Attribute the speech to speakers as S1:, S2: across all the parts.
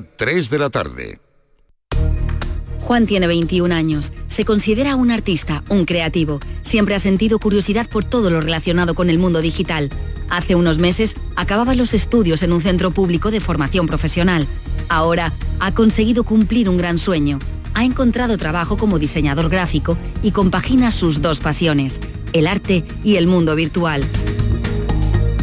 S1: 3 de la tarde.
S2: Juan tiene 21 años. Se considera un artista, un creativo. Siempre ha sentido curiosidad por todo lo relacionado con el mundo digital. Hace unos meses acababa los estudios en un centro público de formación profesional. Ahora ha conseguido cumplir un gran sueño. Ha encontrado trabajo como diseñador gráfico y compagina sus dos pasiones, el arte y el mundo virtual.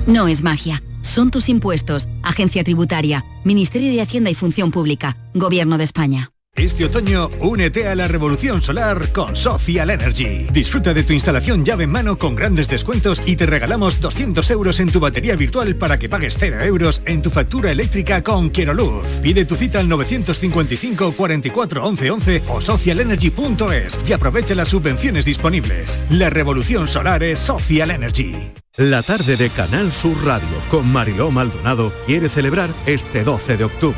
S2: No es magia, son tus impuestos, Agencia Tributaria, Ministerio de Hacienda y Función Pública, Gobierno de España.
S3: Este otoño, únete a la revolución solar con Social Energy. Disfruta de tu instalación llave en mano con grandes descuentos y te regalamos 200 euros en tu batería virtual para que pagues 0 euros en tu factura eléctrica con Queroluz. Pide tu cita al 955 44 11 11 o socialenergy.es y aprovecha las subvenciones disponibles. La revolución solar es Social Energy.
S4: La tarde de Canal Sur Radio con Mariló Maldonado quiere celebrar este 12 de octubre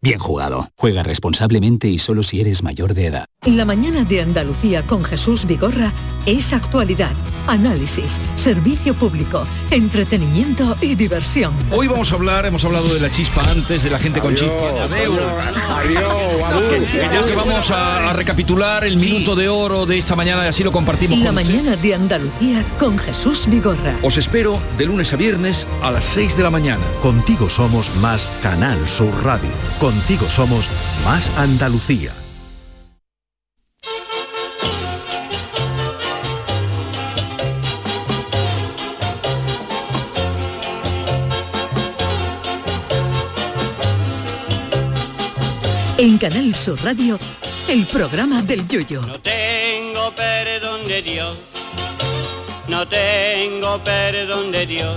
S5: bien jugado. Juega responsablemente y solo si eres mayor de edad.
S6: La mañana de Andalucía con Jesús Vigorra es actualidad, análisis, servicio público, entretenimiento y diversión.
S7: Hoy vamos a hablar, hemos hablado de la chispa antes, de la gente con
S8: Adiós,
S7: chispa.
S8: Adiós, adiós, Abu.
S7: Que ya que vamos a, a recapitular el minuto de oro de esta mañana y así lo compartimos
S6: La
S7: con
S6: mañana de Andalucía con Jesús Vigorra.
S7: Os espero de lunes a viernes a las 6 de la mañana.
S4: Contigo somos más Canal Sur Radio. Contigo somos más Andalucía.
S6: En Canal Sur Radio, el programa del Yoyo.
S9: No tengo perdón de Dios, no tengo perdón de Dios,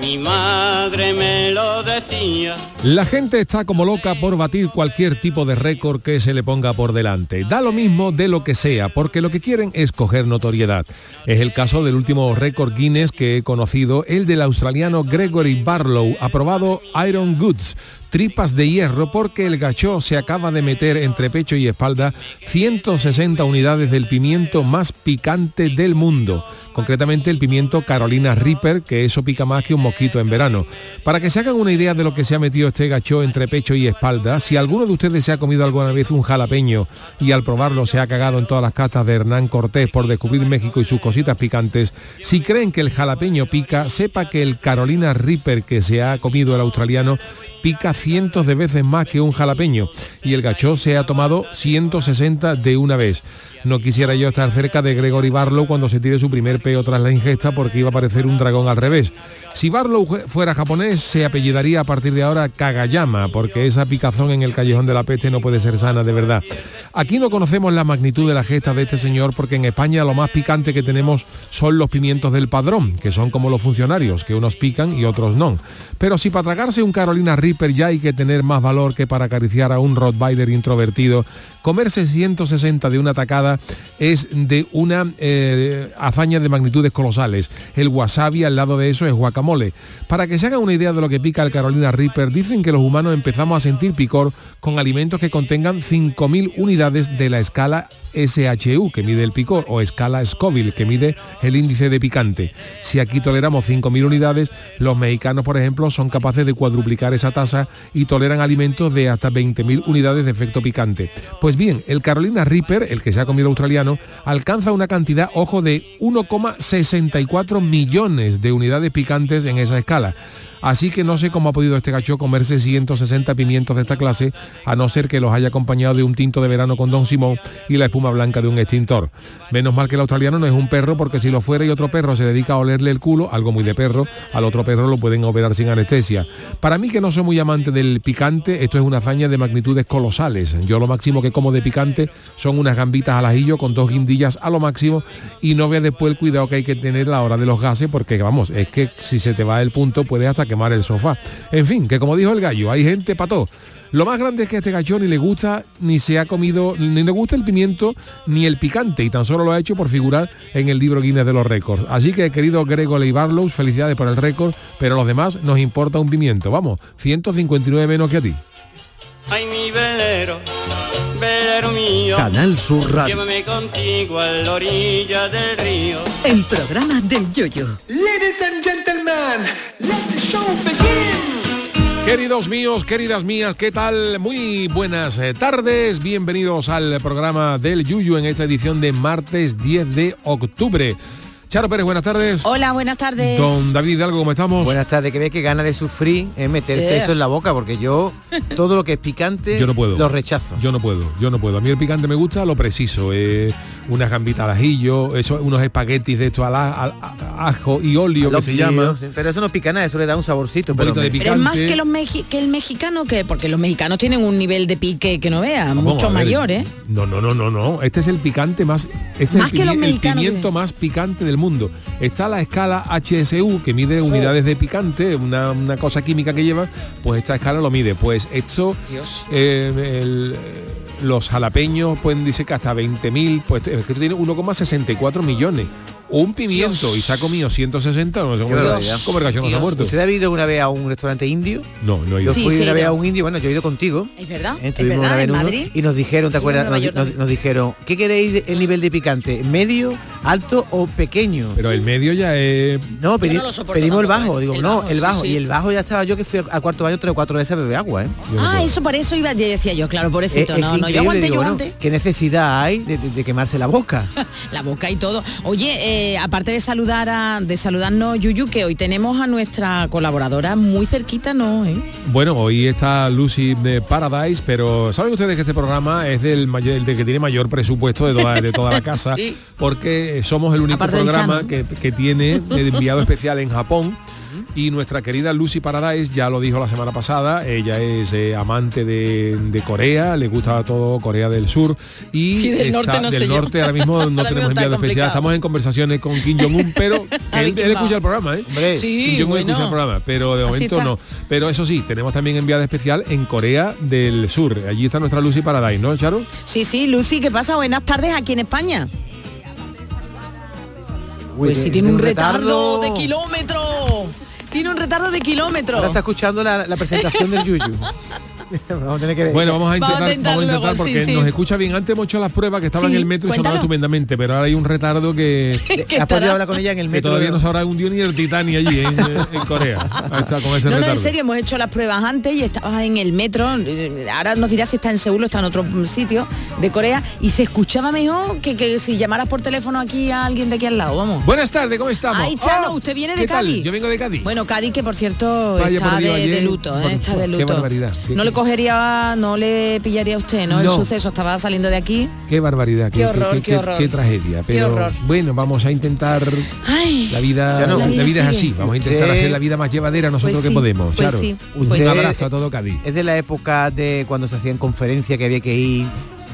S9: mi madre me lo decía.
S10: La gente está como loca por batir cualquier tipo de récord que se le ponga por delante. Da lo mismo de lo que sea, porque lo que quieren es coger notoriedad. Es el caso del último récord Guinness que he conocido, el del australiano Gregory Barlow, aprobado Iron Goods tripas de hierro porque el gachó se acaba de meter entre pecho y espalda 160 unidades del pimiento más picante del mundo, concretamente el pimiento Carolina Reaper, que eso pica más que un mosquito en verano. Para que se hagan una idea de lo que se ha metido este gachó entre pecho y espalda, si alguno de ustedes se ha comido alguna vez un jalapeño y al probarlo se ha cagado en todas las catas de Hernán Cortés por descubrir México y sus cositas picantes, si creen que el jalapeño pica, sepa que el Carolina Reaper que se ha comido el australiano pica cientos de veces más que un jalapeño y el gachó se ha tomado 160 de una vez. No quisiera yo estar cerca de Gregory Barlow cuando se tire su primer peo tras la ingesta porque iba a parecer un dragón al revés. Si Barlow fuera japonés, se apellidaría a partir de ahora Kagayama, porque esa picazón en el callejón de la peste no puede ser sana de verdad. Aquí no conocemos la magnitud de la gesta de este señor porque en España lo más picante que tenemos son los pimientos del padrón, que son como los funcionarios, que unos pican y otros no. Pero si para tragarse un Carolina Reaper ya hay que tener más valor que para acariciar a un Rottweiler introvertido, comerse 160 de una tacada es de una eh, hazaña de magnitudes colosales. El wasabi al lado de eso es guacamole. Para que se haga una idea de lo que pica el Carolina Reaper, dicen que los humanos empezamos a sentir picor con alimentos que contengan 5.000 unidades de la escala SHU, que mide el picor, o escala Scoville, que mide el índice de picante. Si aquí toleramos 5.000 unidades, los mexicanos, por ejemplo, son capaces de cuadruplicar esa tasa y toleran alimentos de hasta 20.000 unidades de efecto picante. Pues bien, el Carolina Reaper, el que se ha comido financiero australiano, alcanza una cantidad, ojo, de 1,64 millones de unidades picantes en esa escala. Así que no sé cómo ha podido este gacho comerse 160 pimientos de esta clase, a no ser que los haya acompañado de un tinto de verano con Don Simón y la espuma blanca de un extintor. Menos mal que el australiano no es un perro, porque si lo fuera y otro perro se dedica a olerle el culo, algo muy de perro, al otro perro lo pueden operar sin anestesia. Para mí que no soy muy amante del picante, esto es una hazaña de magnitudes colosales. Yo lo máximo que como de picante son unas gambitas al ajillo con dos guindillas a lo máximo y no veas después el cuidado que hay que tener a la hora de los gases, porque vamos, es que si se te va el punto puedes hasta quemar el sofá. En fin, que como dijo el gallo, hay gente pató. Lo más grande es que a este gallo ni le gusta, ni se ha comido, ni le gusta el pimiento, ni el picante, y tan solo lo ha hecho por figurar en el libro Guinness de los récords. Así que, querido Gregory Barlows, felicidades por el récord, pero a los demás nos importa un pimiento. Vamos, 159 menos que a ti.
S9: Ay, mi velero, velero mío.
S4: Canal Sur Radio.
S9: Llévame contigo a la orilla del río.
S6: El programa del yoyo.
S1: Ladies and gentlemen, let the show begin.
S10: Queridos míos, queridas mías, ¿qué tal? Muy buenas eh, tardes, bienvenidos al programa del Yuyu en esta edición de martes 10 de octubre. Charo Pérez, buenas tardes.
S11: Hola, buenas tardes.
S10: Don David Hidalgo, ¿cómo estamos?
S12: Buenas tardes, que ve que gana de sufrir es meterse
S10: Eh.
S12: eso en la boca, porque yo todo lo que es picante
S10: Yo no puedo.
S12: lo rechazo.
S10: Yo no puedo, yo no puedo. A mí el picante me gusta lo preciso. eh, unas gambitas al ajillo, eso, unos espaguetis de esto al, a- al- a- ajo y óleo que
S12: Los
S10: se llama.
S12: míos, Pero eso no pica nada, eso le da un saborcito.
S10: Un poquito
S12: pero
S10: de
S12: me-
S11: Pero es más que, los meji- que el mexicano, que porque los mexicanos tienen un nivel de pique que no vea,
S10: Vamos,
S11: mucho
S10: a ver,
S11: mayor, ¿eh?
S10: No, no, no, no, no. Este es el picante más. Este
S11: Más
S10: es el,
S11: que los
S10: pi- el
S11: mexicanos
S10: pimiento más picante del mundo. Está la escala HSU, que mide
S11: Oh.
S10: unidades de picante, una, una cosa química que lleva, pues esta escala lo mide. Pues esto. eh, el, eh, los jalapeños pueden decir que hasta 20.000, pues es que tiene 1,64 millones. Un pimiento y se ha comido 160, no sé cómo,
S12: Qué
S10: se-
S12: barbaridad.
S10: cómo el gallo no se ha muerto.
S12: ¿Usted ha ido una vez a un restaurante indio?
S10: No, no he ido.
S12: Yo fui
S11: Sí, sí,
S12: una
S11: he
S12: vez
S11: ido.
S12: a un indio, bueno, yo he ido contigo. ¿eh?
S11: Es verdad, es
S12: Estuvimos
S11: verdad,
S12: una vez
S11: en
S12: en uno
S11: Madrid.
S12: y nos dijeron, ¿te
S11: Y en
S12: acuerdas?
S11: Nueva
S12: Nos,
S11: York
S12: nos- nos dijeron, ¿qué queréis el nivel de picante? ¿Medio, alto o pequeño?
S10: Pero el medio ya es...
S12: No, pedi-
S11: no lo soporto
S12: pedimos el
S11: tampoco,
S12: bajo,
S11: ¿eh?
S12: digo,
S11: El
S12: no,
S11: bajo,
S12: el
S11: sí,
S12: bajo.
S11: sí.
S12: Y el bajo ya estaba yo que fui al cuarto baño tres o cuatro veces a beber agua, ¿eh?
S11: Ah, eso para eso iba, yo decía yo, claro,
S12: Es-
S11: pobrecito,
S12: Eh, es
S11: no, no,
S12: increíble,
S11: yo aguanté,
S12: digo,
S11: yo
S12: bueno,
S11: aguanté.
S12: ¿Qué necesidad hay de, de- de quemarse la boca?
S11: La boca y todo. Oye, eh, aparte de saludar a, de saludarnos, Yuyu, que hoy tenemos a nuestra colaboradora muy cerquita, ¿no? eh?
S10: Bueno, hoy está Lucy de Paradise, pero ¿saben ustedes que este programa es del, mayor, el del que tiene mayor presupuesto de toda, de toda la casa?
S11: Sí.
S10: Porque somos el único
S11: Aparte del
S10: programa
S11: Chano.
S10: que, que tiene de enviado especial en Japón. Y nuestra querida Lucy Paradise ya lo dijo la semana pasada, ella es eh, amante de, de Corea, le gusta todo Corea del Sur y
S11: Sí, del norte no
S10: del
S11: sé yo.
S10: norte ahora mismo no
S11: Ahora mismo
S10: tenemos
S11: está
S10: enviado especial,
S11: complicado.
S10: estamos en conversaciones con Kim Jong-un, pero
S11: A ver
S10: él,
S11: quién
S10: él
S11: va.
S10: escucha el programa, ¿eh?
S11: Sí,
S10: Kim Jong-un
S11: bueno.
S10: escucha el programa, pero de
S11: Así
S10: momento
S11: está.
S10: no. Pero eso sí, tenemos también enviada especial en Corea del Sur. Allí está nuestra Lucy Paradise, ¿no, Charo?
S11: Sí, sí, Lucy, ¿qué pasa? Buenas tardes aquí en España.
S12: eh,
S11: Pues si tiene un retardo de kilómetro. Tiene un retardo de kilómetro.
S12: Ahora está escuchando la, la presentación del Yuyu. vamos a tener que...
S10: Bueno, vamos a
S11: Vamos
S10: intentar,
S11: a intentar
S10: vamos a intentar
S11: luego, sí,
S10: porque
S11: sí.
S10: nos escucha bien. Antes hemos hecho las pruebas que estaban
S11: Sí,
S10: en el metro y sonaba
S11: cuéntalo.
S10: estupendamente, pero ahora hay un retardo que...
S11: Que
S12: ¿Has podido
S11: estará-
S12: hablar con ella en el
S10: que
S12: metro?
S10: todavía no se habrá hundido ni el Titanic allí ¿eh? en, en Corea. Ahí está, con ese
S11: No, no,
S10: retardo.
S11: en serio, hemos hecho las pruebas antes y estabas en el metro, eh, ahora nos dirás si está en Seúl o está en otro mm, sitio de Corea, y se escuchaba mejor que, que si llamaras por teléfono aquí a alguien de aquí al lado, vamos.
S10: Buenas tardes, ¿cómo estamos?
S11: Ay, Chano,
S10: Ah,
S11: usted viene de
S10: ¿qué tal?
S11: Cádiz.
S10: Yo vengo de Cádiz.
S11: Bueno, Cádiz que por cierto
S10: Vaya
S11: está
S10: por Dios,
S11: de,
S10: ayer,
S11: de luto, ¿eh?
S10: por-
S11: está de
S10: qué
S11: luto.
S10: barbaridad, qué-
S11: no le cogería, no le pillaría a usted, ¿no? El
S10: No.
S11: suceso, estaba saliendo de aquí.
S10: Qué barbaridad,
S11: Qué horror, qué horror.
S10: qué tragedia.
S11: Qué
S10: Pero
S11: horror.
S10: bueno, vamos a intentar
S11: Ay,
S10: la vida,
S12: Ya no.
S10: la
S12: La
S10: vida,
S12: vida
S10: es
S12: sigue.
S10: así. Vamos a intentar
S12: Usted-
S10: hacer la vida más llevadera nosotros
S11: Pues
S10: que
S11: sí,
S10: podemos.
S11: pues
S10: Charo.
S11: sí,
S10: Un
S12: pues sí.
S10: abrazo a todo Cádiz.
S12: Es de la época de cuando se hacían conferencias que había que ir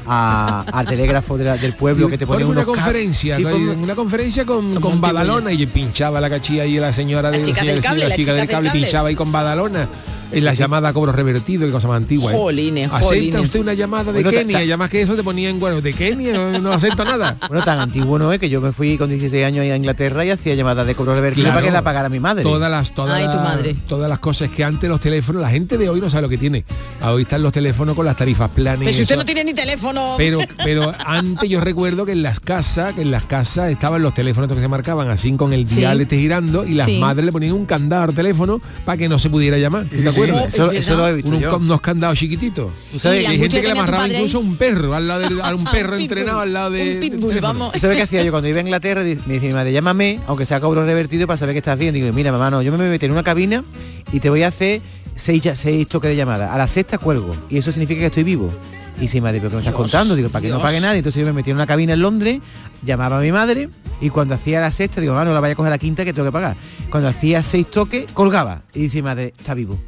S12: a- al telégrafo de la- del pueblo que te
S10: Ponme
S12: ponían
S10: una
S12: unos ca-
S10: conferencia,
S12: Sí,
S10: ¿no?
S12: ponme-
S10: una conferencia con,
S11: Son
S10: con
S11: Montevideo.
S10: Badalona y pinchaba la cachilla y la señora
S11: La
S10: de
S11: chica del
S10: señora-
S11: cable,
S10: la
S11: la
S10: chica del
S11: chica del
S10: cable
S11: cable.
S10: pinchaba ahí con Badalona. En las llamadas a cobro revertido y cosas más antiguas. ¿eh?
S11: Jolines,
S10: ¿Acepta
S11: jolines.
S10: usted una llamada de
S12: Bueno, ta-
S10: Kenia?
S12: ta-
S10: Y además que eso te ponía en bueno, de Kenia, no, no acepto nada.
S12: Bueno, tan antiguo no es que yo me fui con 16 años ahí a Inglaterra y hacía llamadas de cobro revertido
S10: Claro.
S12: para que la pagara mi madre.
S10: Todas las, todas,
S11: Ay, tu
S10: las-
S11: madre.
S10: todas las cosas que antes los teléfonos, la gente de hoy no sabe lo que tiene. Ah, Hoy están los teléfonos con las tarifas planes.
S11: Pero si usted
S10: eso.
S11: no tiene ni teléfono.
S10: Pero, pero antes yo recuerdo que en las casas, que en las casas estaban los teléfonos estos que se marcaban así con el
S11: Sí.
S10: dial este girando y las
S11: Sí.
S10: madres le ponían un candado al teléfono para que no se pudiera llamar. ¿Te
S12: sí, acuerdo.
S10: Sí,
S12: Eso- eso lo he visto
S10: Un-
S12: yo.
S10: Unos candados chiquititos.
S12: Tú sabes, Y la
S10: hay
S12: angustia
S10: gente que le
S12: tenía tu
S10: amarraba
S12: padre ahí.
S10: incluso un perro al lado del- a
S11: Ah,
S10: un perro entrenado al lado de. del teléfono.
S12: ¿Tú ¿Sabes qué hacía yo? Cuando iba a Inglaterra, di- me dice mi madre, llámame, aunque sea cobro revertido, para saber que estás bien. Digo, mira, mamá, no, yo me voy a meter en una cabina y te voy a hacer seis, ya- seis toques de llamada. A la sexta cuelgo. Y eso significa que estoy vivo. Y dice, madre, ¿pero qué me estás
S13: Dios,
S12: contando? Digo, para que no
S13: Dios.
S12: pague nadie. Entonces yo me metí en una cabina en Londres, llamaba a mi madre y cuando hacía la sexta, digo, mamá, no la vaya a coger la quinta que tengo que pagar. Cuando hacía seis toques, colgaba. Y dice, mi madre, está vivo.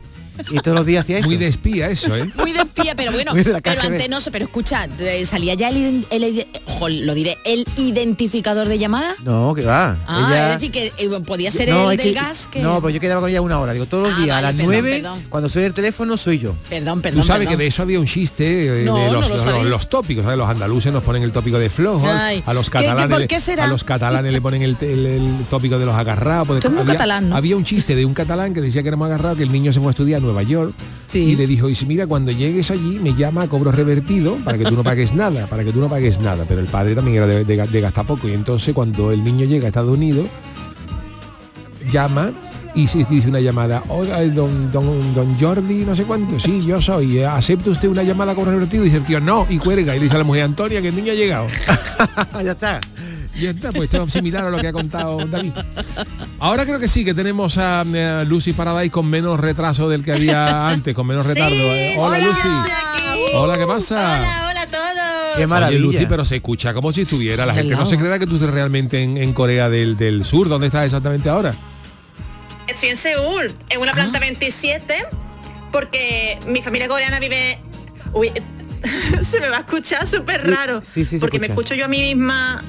S12: Y todos los días hacía eso. Muy de
S10: espía eso, ¿eh?
S11: Muy de espía, pero bueno,
S12: Muy de la
S11: pero
S12: KGB.
S11: antes no sé, pero escucha, eh, salía ya el, iden- el ide- jol, lo diré, el identificador de llamada.
S12: No, que va.
S11: Ah,
S12: Ella-
S11: es decir que eh, podía ser
S12: No,
S11: el
S12: es
S11: del
S12: que-
S11: gas que
S10: pues,
S12: No, pero yo quedaba con ella una hora. Digo, todos los
S11: Ah,
S12: días, a
S11: vale,
S12: las
S11: perdón,
S12: nueve,
S11: perdón.
S12: cuando suena el teléfono, soy yo.
S11: Perdón, perdón.
S10: Tú sabes que
S11: perdón.
S10: de eso había un chiste eh,
S11: No,
S10: de
S11: no
S10: los,
S11: lo
S10: los-
S11: sabía.
S10: los tópicos, ¿sabes? Los andaluces nos ponen el tópico de flojo,
S11: Ay,
S10: a los
S11: ¿qué- qué-
S10: catalanes,
S11: por
S10: le-
S11: qué será?
S10: a los catalanes le ponen el, el- el tópico de los agarrados. pues,
S11: Tú eres muy
S10: había,
S11: catalán, ¿no?
S10: había un chiste de un catalán que decía que éramos agarrados, que el niño se fue a estudiar a Nueva York y le dijo, y si mira, cuando llegues allí me llama a cobro revertido para que tú no pagues nada, para que tú no pagues nada. Pero el padre también era de, de ga- de gastar poco y entonces cuando el niño llega a Estados Unidos llama y se dice una llamada, oiga, eh, don, don, don Jordi, no sé cuánto, sí, yo soy, eh, ¿acepta usted una llamada con revertido? Y dice el tío, no, y cuelga, y le dice a la mujer, Antonia, que el niño ha llegado.
S12: Ah, ya está.
S10: Ya está, pues esto es similar a lo que ha contado David. Ahora creo que sí, que tenemos a, eh, Lucy Paradise con menos retraso del que había antes, con menos retardo. eh. Hola, Lucy. Hola, ¿qué pasa?
S14: Hola a todos.
S10: Oye, Lucy, pero se escucha como si estuviera. La gente no
S14: Hello.
S10: se creerá que tú estés realmente en, en Corea del, del Sur. ¿Dónde estás exactamente ahora?
S14: Estoy en Seúl, en una
S12: Ah.
S14: planta 27, porque mi familia coreana vive... Uy, se me va a escuchar súper raro.
S12: Sí, sí, se
S14: porque me
S12: escucha.
S14: escucho yo a mí misma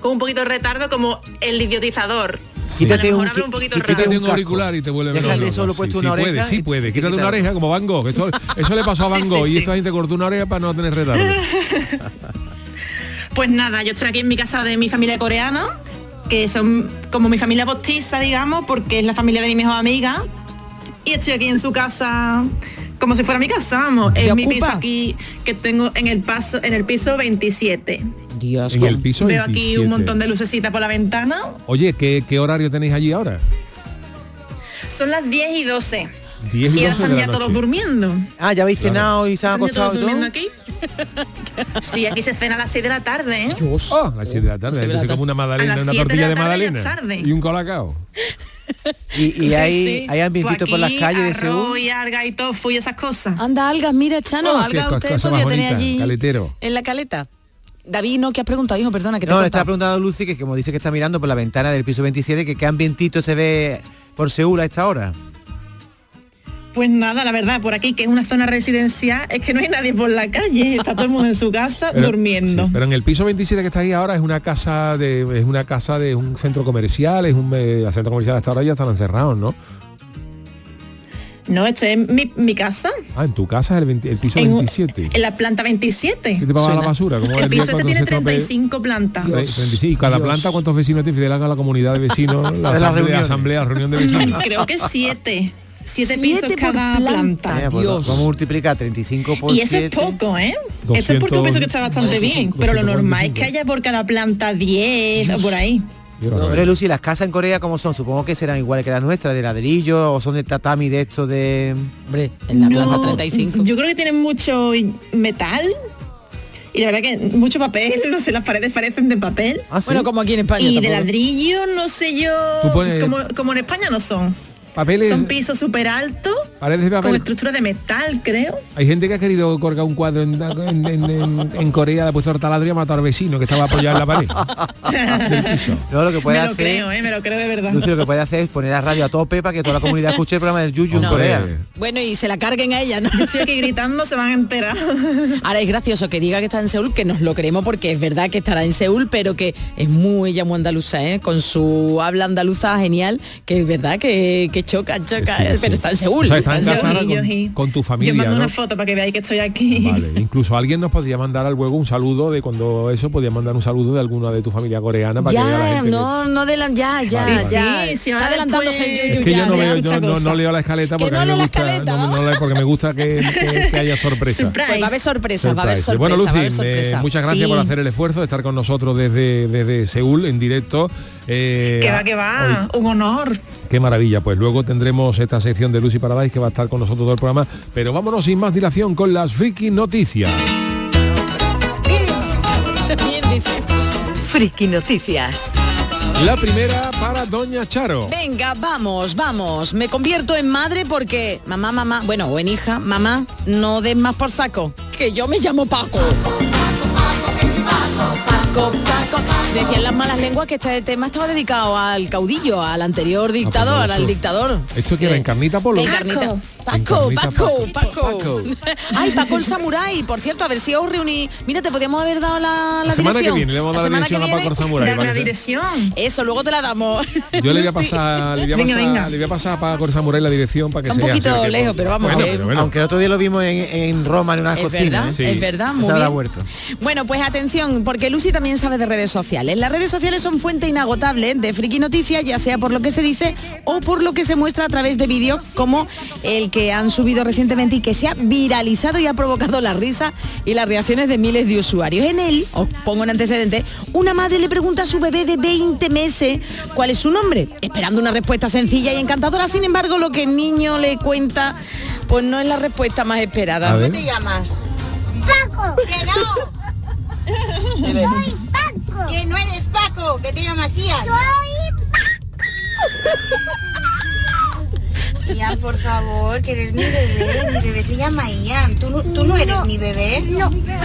S14: con un poquito de retardo como el idiotizador.
S12: Quítate un,
S14: hablo un poquito
S12: qui-
S14: raro.
S10: Quítate
S12: un
S10: un
S12: casco.
S10: auricular y te vuelve
S12: Quítate
S10: loco.
S12: solo
S10: Sí,
S12: puesto
S10: sí
S12: una oreja
S10: puede,
S12: y
S10: sí
S12: te-
S10: puede.
S12: te
S10: Quítate una
S12: quitamos.
S10: oreja como Van Gogh. Eso, eso le pasó a
S14: Sí,
S10: Van
S14: sí,
S10: Gogh y
S14: sí.
S10: esta gente cortó una oreja para no tener retardo.
S14: Pues nada, yo estoy aquí en mi casa de mi familia coreana, que son como mi familia postiza, digamos, porque es la familia de mi mejor amiga. Y estoy aquí en su casa como si fuera mi casa, vamos.
S11: ¿Te
S14: Es mi piso
S11: ocupa?
S14: aquí que tengo en el paso, en el piso 27.
S11: Dios,
S10: En el piso
S14: Veo aquí
S10: 27.
S14: un montón de lucecitas por la ventana.
S10: Oye, ¿qué, qué horario tenéis allí ahora?
S14: Son las 10 y 12.
S10: 10 y 12
S14: Y ahora
S10: de
S14: están
S10: la
S14: ya todos
S10: noche.
S14: durmiendo.
S12: Ah, ya habéis
S10: Claro.
S12: cenado y se han
S14: ¿Están ya todos
S12: acostado y todo.
S14: durmiendo aquí? Sí, aquí se cena a las 6 de la tarde, ¿eh?
S10: Oh, a las 7 de la tarde.
S14: Siete de la
S10: Entonces
S14: tarde.
S10: como una magdalena,
S14: A las
S10: una
S14: siete de
S10: tortilla
S14: la
S10: de,
S14: tarde ya es
S10: magdalena.
S14: tarde.
S10: Y un colacao.
S12: Y, y
S14: Sí,
S12: hay,
S14: sí.
S12: hay ambientito
S14: Pues
S12: por las
S14: aquí,
S12: calles de
S14: arroz
S12: Seúl.
S14: y alga y tofu y esas cosas.
S11: Ah. Anda, algas, mira, Chano,
S10: Oh, qué
S11: algas
S10: co-
S11: ustedes
S10: cosa
S11: podían
S10: más
S11: tener
S10: bonita,
S11: allí
S10: caletero.
S11: en la caleta. David, no, ¿qué has preguntado, hijo? Perdona, que te
S12: No,
S11: he
S12: le estaba
S11: cortado.
S12: preguntando a Lucy que como dice que está mirando por la ventana del piso 27, que qué ambientito se ve por Seúl a esta hora.
S14: Pues nada, la verdad, por aquí, que es una zona residencial, es que no hay nadie por la calle, está todo el mundo en su casa
S10: Pero-
S14: durmiendo.
S10: sí, pero en el piso 27 que está ahí ahora es una casa de es una casa de un centro comercial, es un eh, centro comercial hasta ahora ya están encerrados, ¿no?
S14: No, esto es mi, mi casa,
S10: Ah, en tu casa es el, 20 el piso
S14: En un-
S10: 27.
S14: en la planta 27.
S10: ¿Qué te va a la basura? ¿Cómo
S14: el
S10: es loco
S14: piso este
S10: cuando
S14: tiene
S10: se estropea?
S14: 35 plantas.
S10: Tre- 35. ¿Y cada
S12: Dios.
S10: planta cuántos vecinos tiene? Fidel haga la comunidad de vecinos, la
S12: De las
S10: asamblea,
S12: reuniones.
S10: asamblea, reunión de vecinos.
S14: Creo que 7. 7
S11: Siete
S14: pisos
S11: por
S14: cada
S11: planta.
S14: planta.
S12: Mira, pues, Vamos a multiplicar 35 por
S14: Y eso es
S12: 7.
S14: poco, ¿eh? Esto es porque yo
S12: 200,
S14: pienso que está bastante bien, pero lo normal es que haya por cada planta 10 o por ahí.
S10: eh,
S12: Pero Lucy, ¿las casas en Corea cómo son? Supongo que serán iguales que las nuestras, de ladrillo o son de tatami de esto de...
S11: Hombre, en la
S14: No, Yo creo que tienen mucho metal y la verdad que mucho papel, no sé, las paredes parecen de papel.
S12: Ah,
S11: sí? Bueno, como aquí en España
S14: Y de
S11: tampoco.
S14: ladrillo, no sé yo,
S10: Tú pones-
S14: como, como en España no son.
S10: Papeles-
S14: Son pisos súper altos,
S10: Paredes de
S14: con
S10: papel.
S14: estructura de metal, creo.
S10: Hay gente que ha querido colgar un cuadro en, en- en- en- en Corea, le ha puesto el taladro y ha matado al vecino que estaba apoyado en la pared.
S12: No, lo que puede
S14: me lo
S12: hacer...
S14: creo, eh, me lo creo de verdad.
S12: Lucy, lo que puede hacer es poner la radio a tope para que toda la comunidad escuche el programa del Yuyu en Corea.
S11: Bueno, y se la carguen a ella, ¿no?
S14: Yo estoy aquí gritando, se van a enterar.
S11: Ahora es gracioso que diga que está en Seúl, que nos lo creemos porque es verdad que estará en Seúl, pero que es muy ella muy andaluza, ¿eh? Con su habla andaluza genial, que es verdad que, que choca, choca,
S10: Sí,
S11: ¿eh?
S10: sí.
S11: pero está en Seúl.
S10: O sea, está en
S11: está en
S10: casa ahora
S11: Seúl.
S14: yo sí.
S10: con, con tu familia.
S14: Yo mando
S10: ¿no?
S14: una foto para que veáis que estoy aquí.
S10: Vale, incluso alguien nos podría mandar al huevo un saludo de cuando eso podía mandar un saludo de alguna de tu familia coreana para que vea la
S11: Ya,
S10: gente que-
S11: no, no adelan, ya, ya,
S10: Vale, vale.
S11: ya.
S14: Sí, sí,
S11: está
S14: ahora
S11: adelantándose
S14: después-
S11: el
S10: Es
S11: yuyu,
S10: que
S11: ya,
S10: yo no,
S11: ya.
S10: leo, yo no- no leo la escaleta porque a mí me gusta, no, no leo porque me gusta que, que- que haya sorpresa.
S11: Pues va a haber sorpresas, va a haber
S10: Surprise.
S11: sorpresas,
S10: Bueno,
S11: va a haber
S10: Lucy,
S11: sorpresa.
S10: eh, muchas gracias
S11: Sí.
S10: por hacer el esfuerzo de estar con nosotros desde, desde Seúl en directo. Eh,
S14: Que va, que va, un honor.
S10: Qué maravilla, pues luego luego tendremos esta sección de Lucy Paradise que va a estar con nosotros todo el programa. Pero vámonos sin más dilación con las friki noticias.
S11: Bien dice.
S6: Friki Noticias.
S10: La primera para Doña Charo.
S11: Venga, vamos, vamos. Me convierto en madre porque mamá, mamá, bueno, o en hija, mamá, no des más por saco, que yo me llamo Paco. Paco, Paco. Decían las malas lenguas que este tema estaba dedicado al caudillo, al
S10: Ah,
S11: anterior dictador, al dictador.
S10: pues
S11: Eh,
S10: Esto que era en carnita polo.
S11: En carnita. Paco,
S10: Encarnita
S11: Paco,
S10: Paco.
S11: Paco,
S10: Paco.
S11: Ay, Paco el samurái, por cierto, a ver si os reunís. Mira, te podíamos haber dado la, la
S10: La semana que
S11: dirección.
S10: viene le vamos a dar
S11: semana
S10: dirección
S11: que
S10: a Paco
S11: viene,
S10: el samurái,
S11: dar la
S10: Vanessa.
S11: dirección. Eso, luego te la damos.
S10: Yo le voy a pasar, Ah, le voy a
S11: Venga,
S10: pasar,
S11: venga.
S10: le voy a pasar a Paco Samurai la dirección para que
S11: Está un
S10: sea
S11: poquito
S10: así, que-
S11: lejos, pero vamos, eh.
S10: Bueno,
S11: que-
S10: pero bueno.
S12: Aunque el otro día lo vimos en, en Roma en una
S11: Es
S12: cocina. ¿eh?
S11: verdad, es verdad, muy
S12: Esa la
S11: bien.
S12: huerto.
S11: Bueno, pues atención, porque Lucy también sabe de redes sociales. Las redes sociales son fuente inagotable de friki noticias, ya sea por lo que se dice o por lo que se muestra a través de vídeos como el que han subido recientemente y que se ha viralizado y ha provocado la risa y las reacciones de miles de usuarios. En él, os pongo un antecedente, una madre le pregunta a su bebé de 20 meses cuál es su nombre, esperando una respuesta sencilla y encantadora. Sin embargo, lo que el niño le cuenta, pues no es la respuesta más esperada.
S13: A ver.
S11: ¿Cómo te llamas?
S13: Paco, que no. Soy Paco. Que no eres Paco, que te llamas Ian. Soy Paco. Ian, por favor, que eres mi bebé. Mi bebé se llama Ian. Tú, no- tú no eres
S15: No.
S13: mi bebé. No, soy Paco.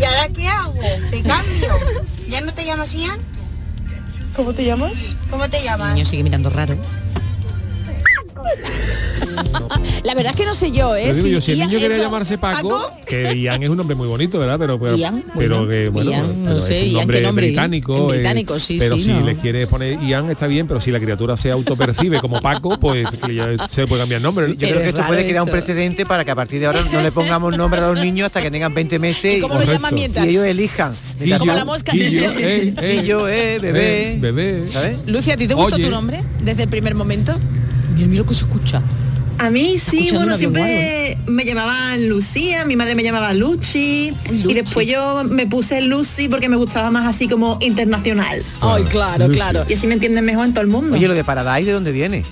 S13: ¿Y ahora qué hago? Te cambio. ¿Ya no te llamas Ian?
S11: ¿Cómo te llamas?
S13: ¿Cómo te
S11: El
S13: llamas?
S11: niño sigue mirando raro. La verdad es que no sé yo, ¿eh?
S10: Pero digo yo, si el
S11: Ian-
S10: niño quería
S11: eso,
S10: llamarse Paco, que Ian es un nombre muy bonito, ¿verdad? Pero, pero,
S11: Ian,
S10: pero
S11: bueno,
S10: que bueno,
S11: Ian,
S10: pues,
S11: no
S10: pero
S11: sé,
S10: es un
S11: Ian,
S10: nombre,
S11: ¿qué nombre?
S10: británico.
S11: En
S10: eh,
S11: británico, sí,
S10: Pero
S11: sí,
S10: si
S11: no.
S10: le quieres poner Ian está bien, pero si la criatura se autopercibe como Paco, pues que ya se le puede cambiar el nombre. ¿no?
S12: Yo creo que esto puede crear un precedente para que a partir de ahora no le pongamos nombre a los niños hasta que tengan 20 meses
S11: ¿Y cómo lo
S12: Correcto.
S11: llaman mientras?
S12: y ellos elijan.
S10: Guillo,
S11: Como la mosca, Guillo, Guillo. eh, eh.
S12: Guillo, eh, bebé.
S10: Eh, bebé.
S12: ¿Sabes?
S11: Lucy, ¿a ti te gustó
S12: Oye.
S11: tu nombre desde el primer momento? Mira, mira lo que se escucha.
S14: A mí sí,
S11: escuchando
S14: bueno,
S11: un avión
S14: siempre me llamaban Lucía, mi madre me llamaba Luchi, y después yo me puse Lucy porque me gustaba más así como internacional.
S11: Ay, claro,
S12: Lucy. claro.
S14: Y así me entienden mejor en todo el mundo.
S12: Oye, lo de Paradise, ¿de dónde viene?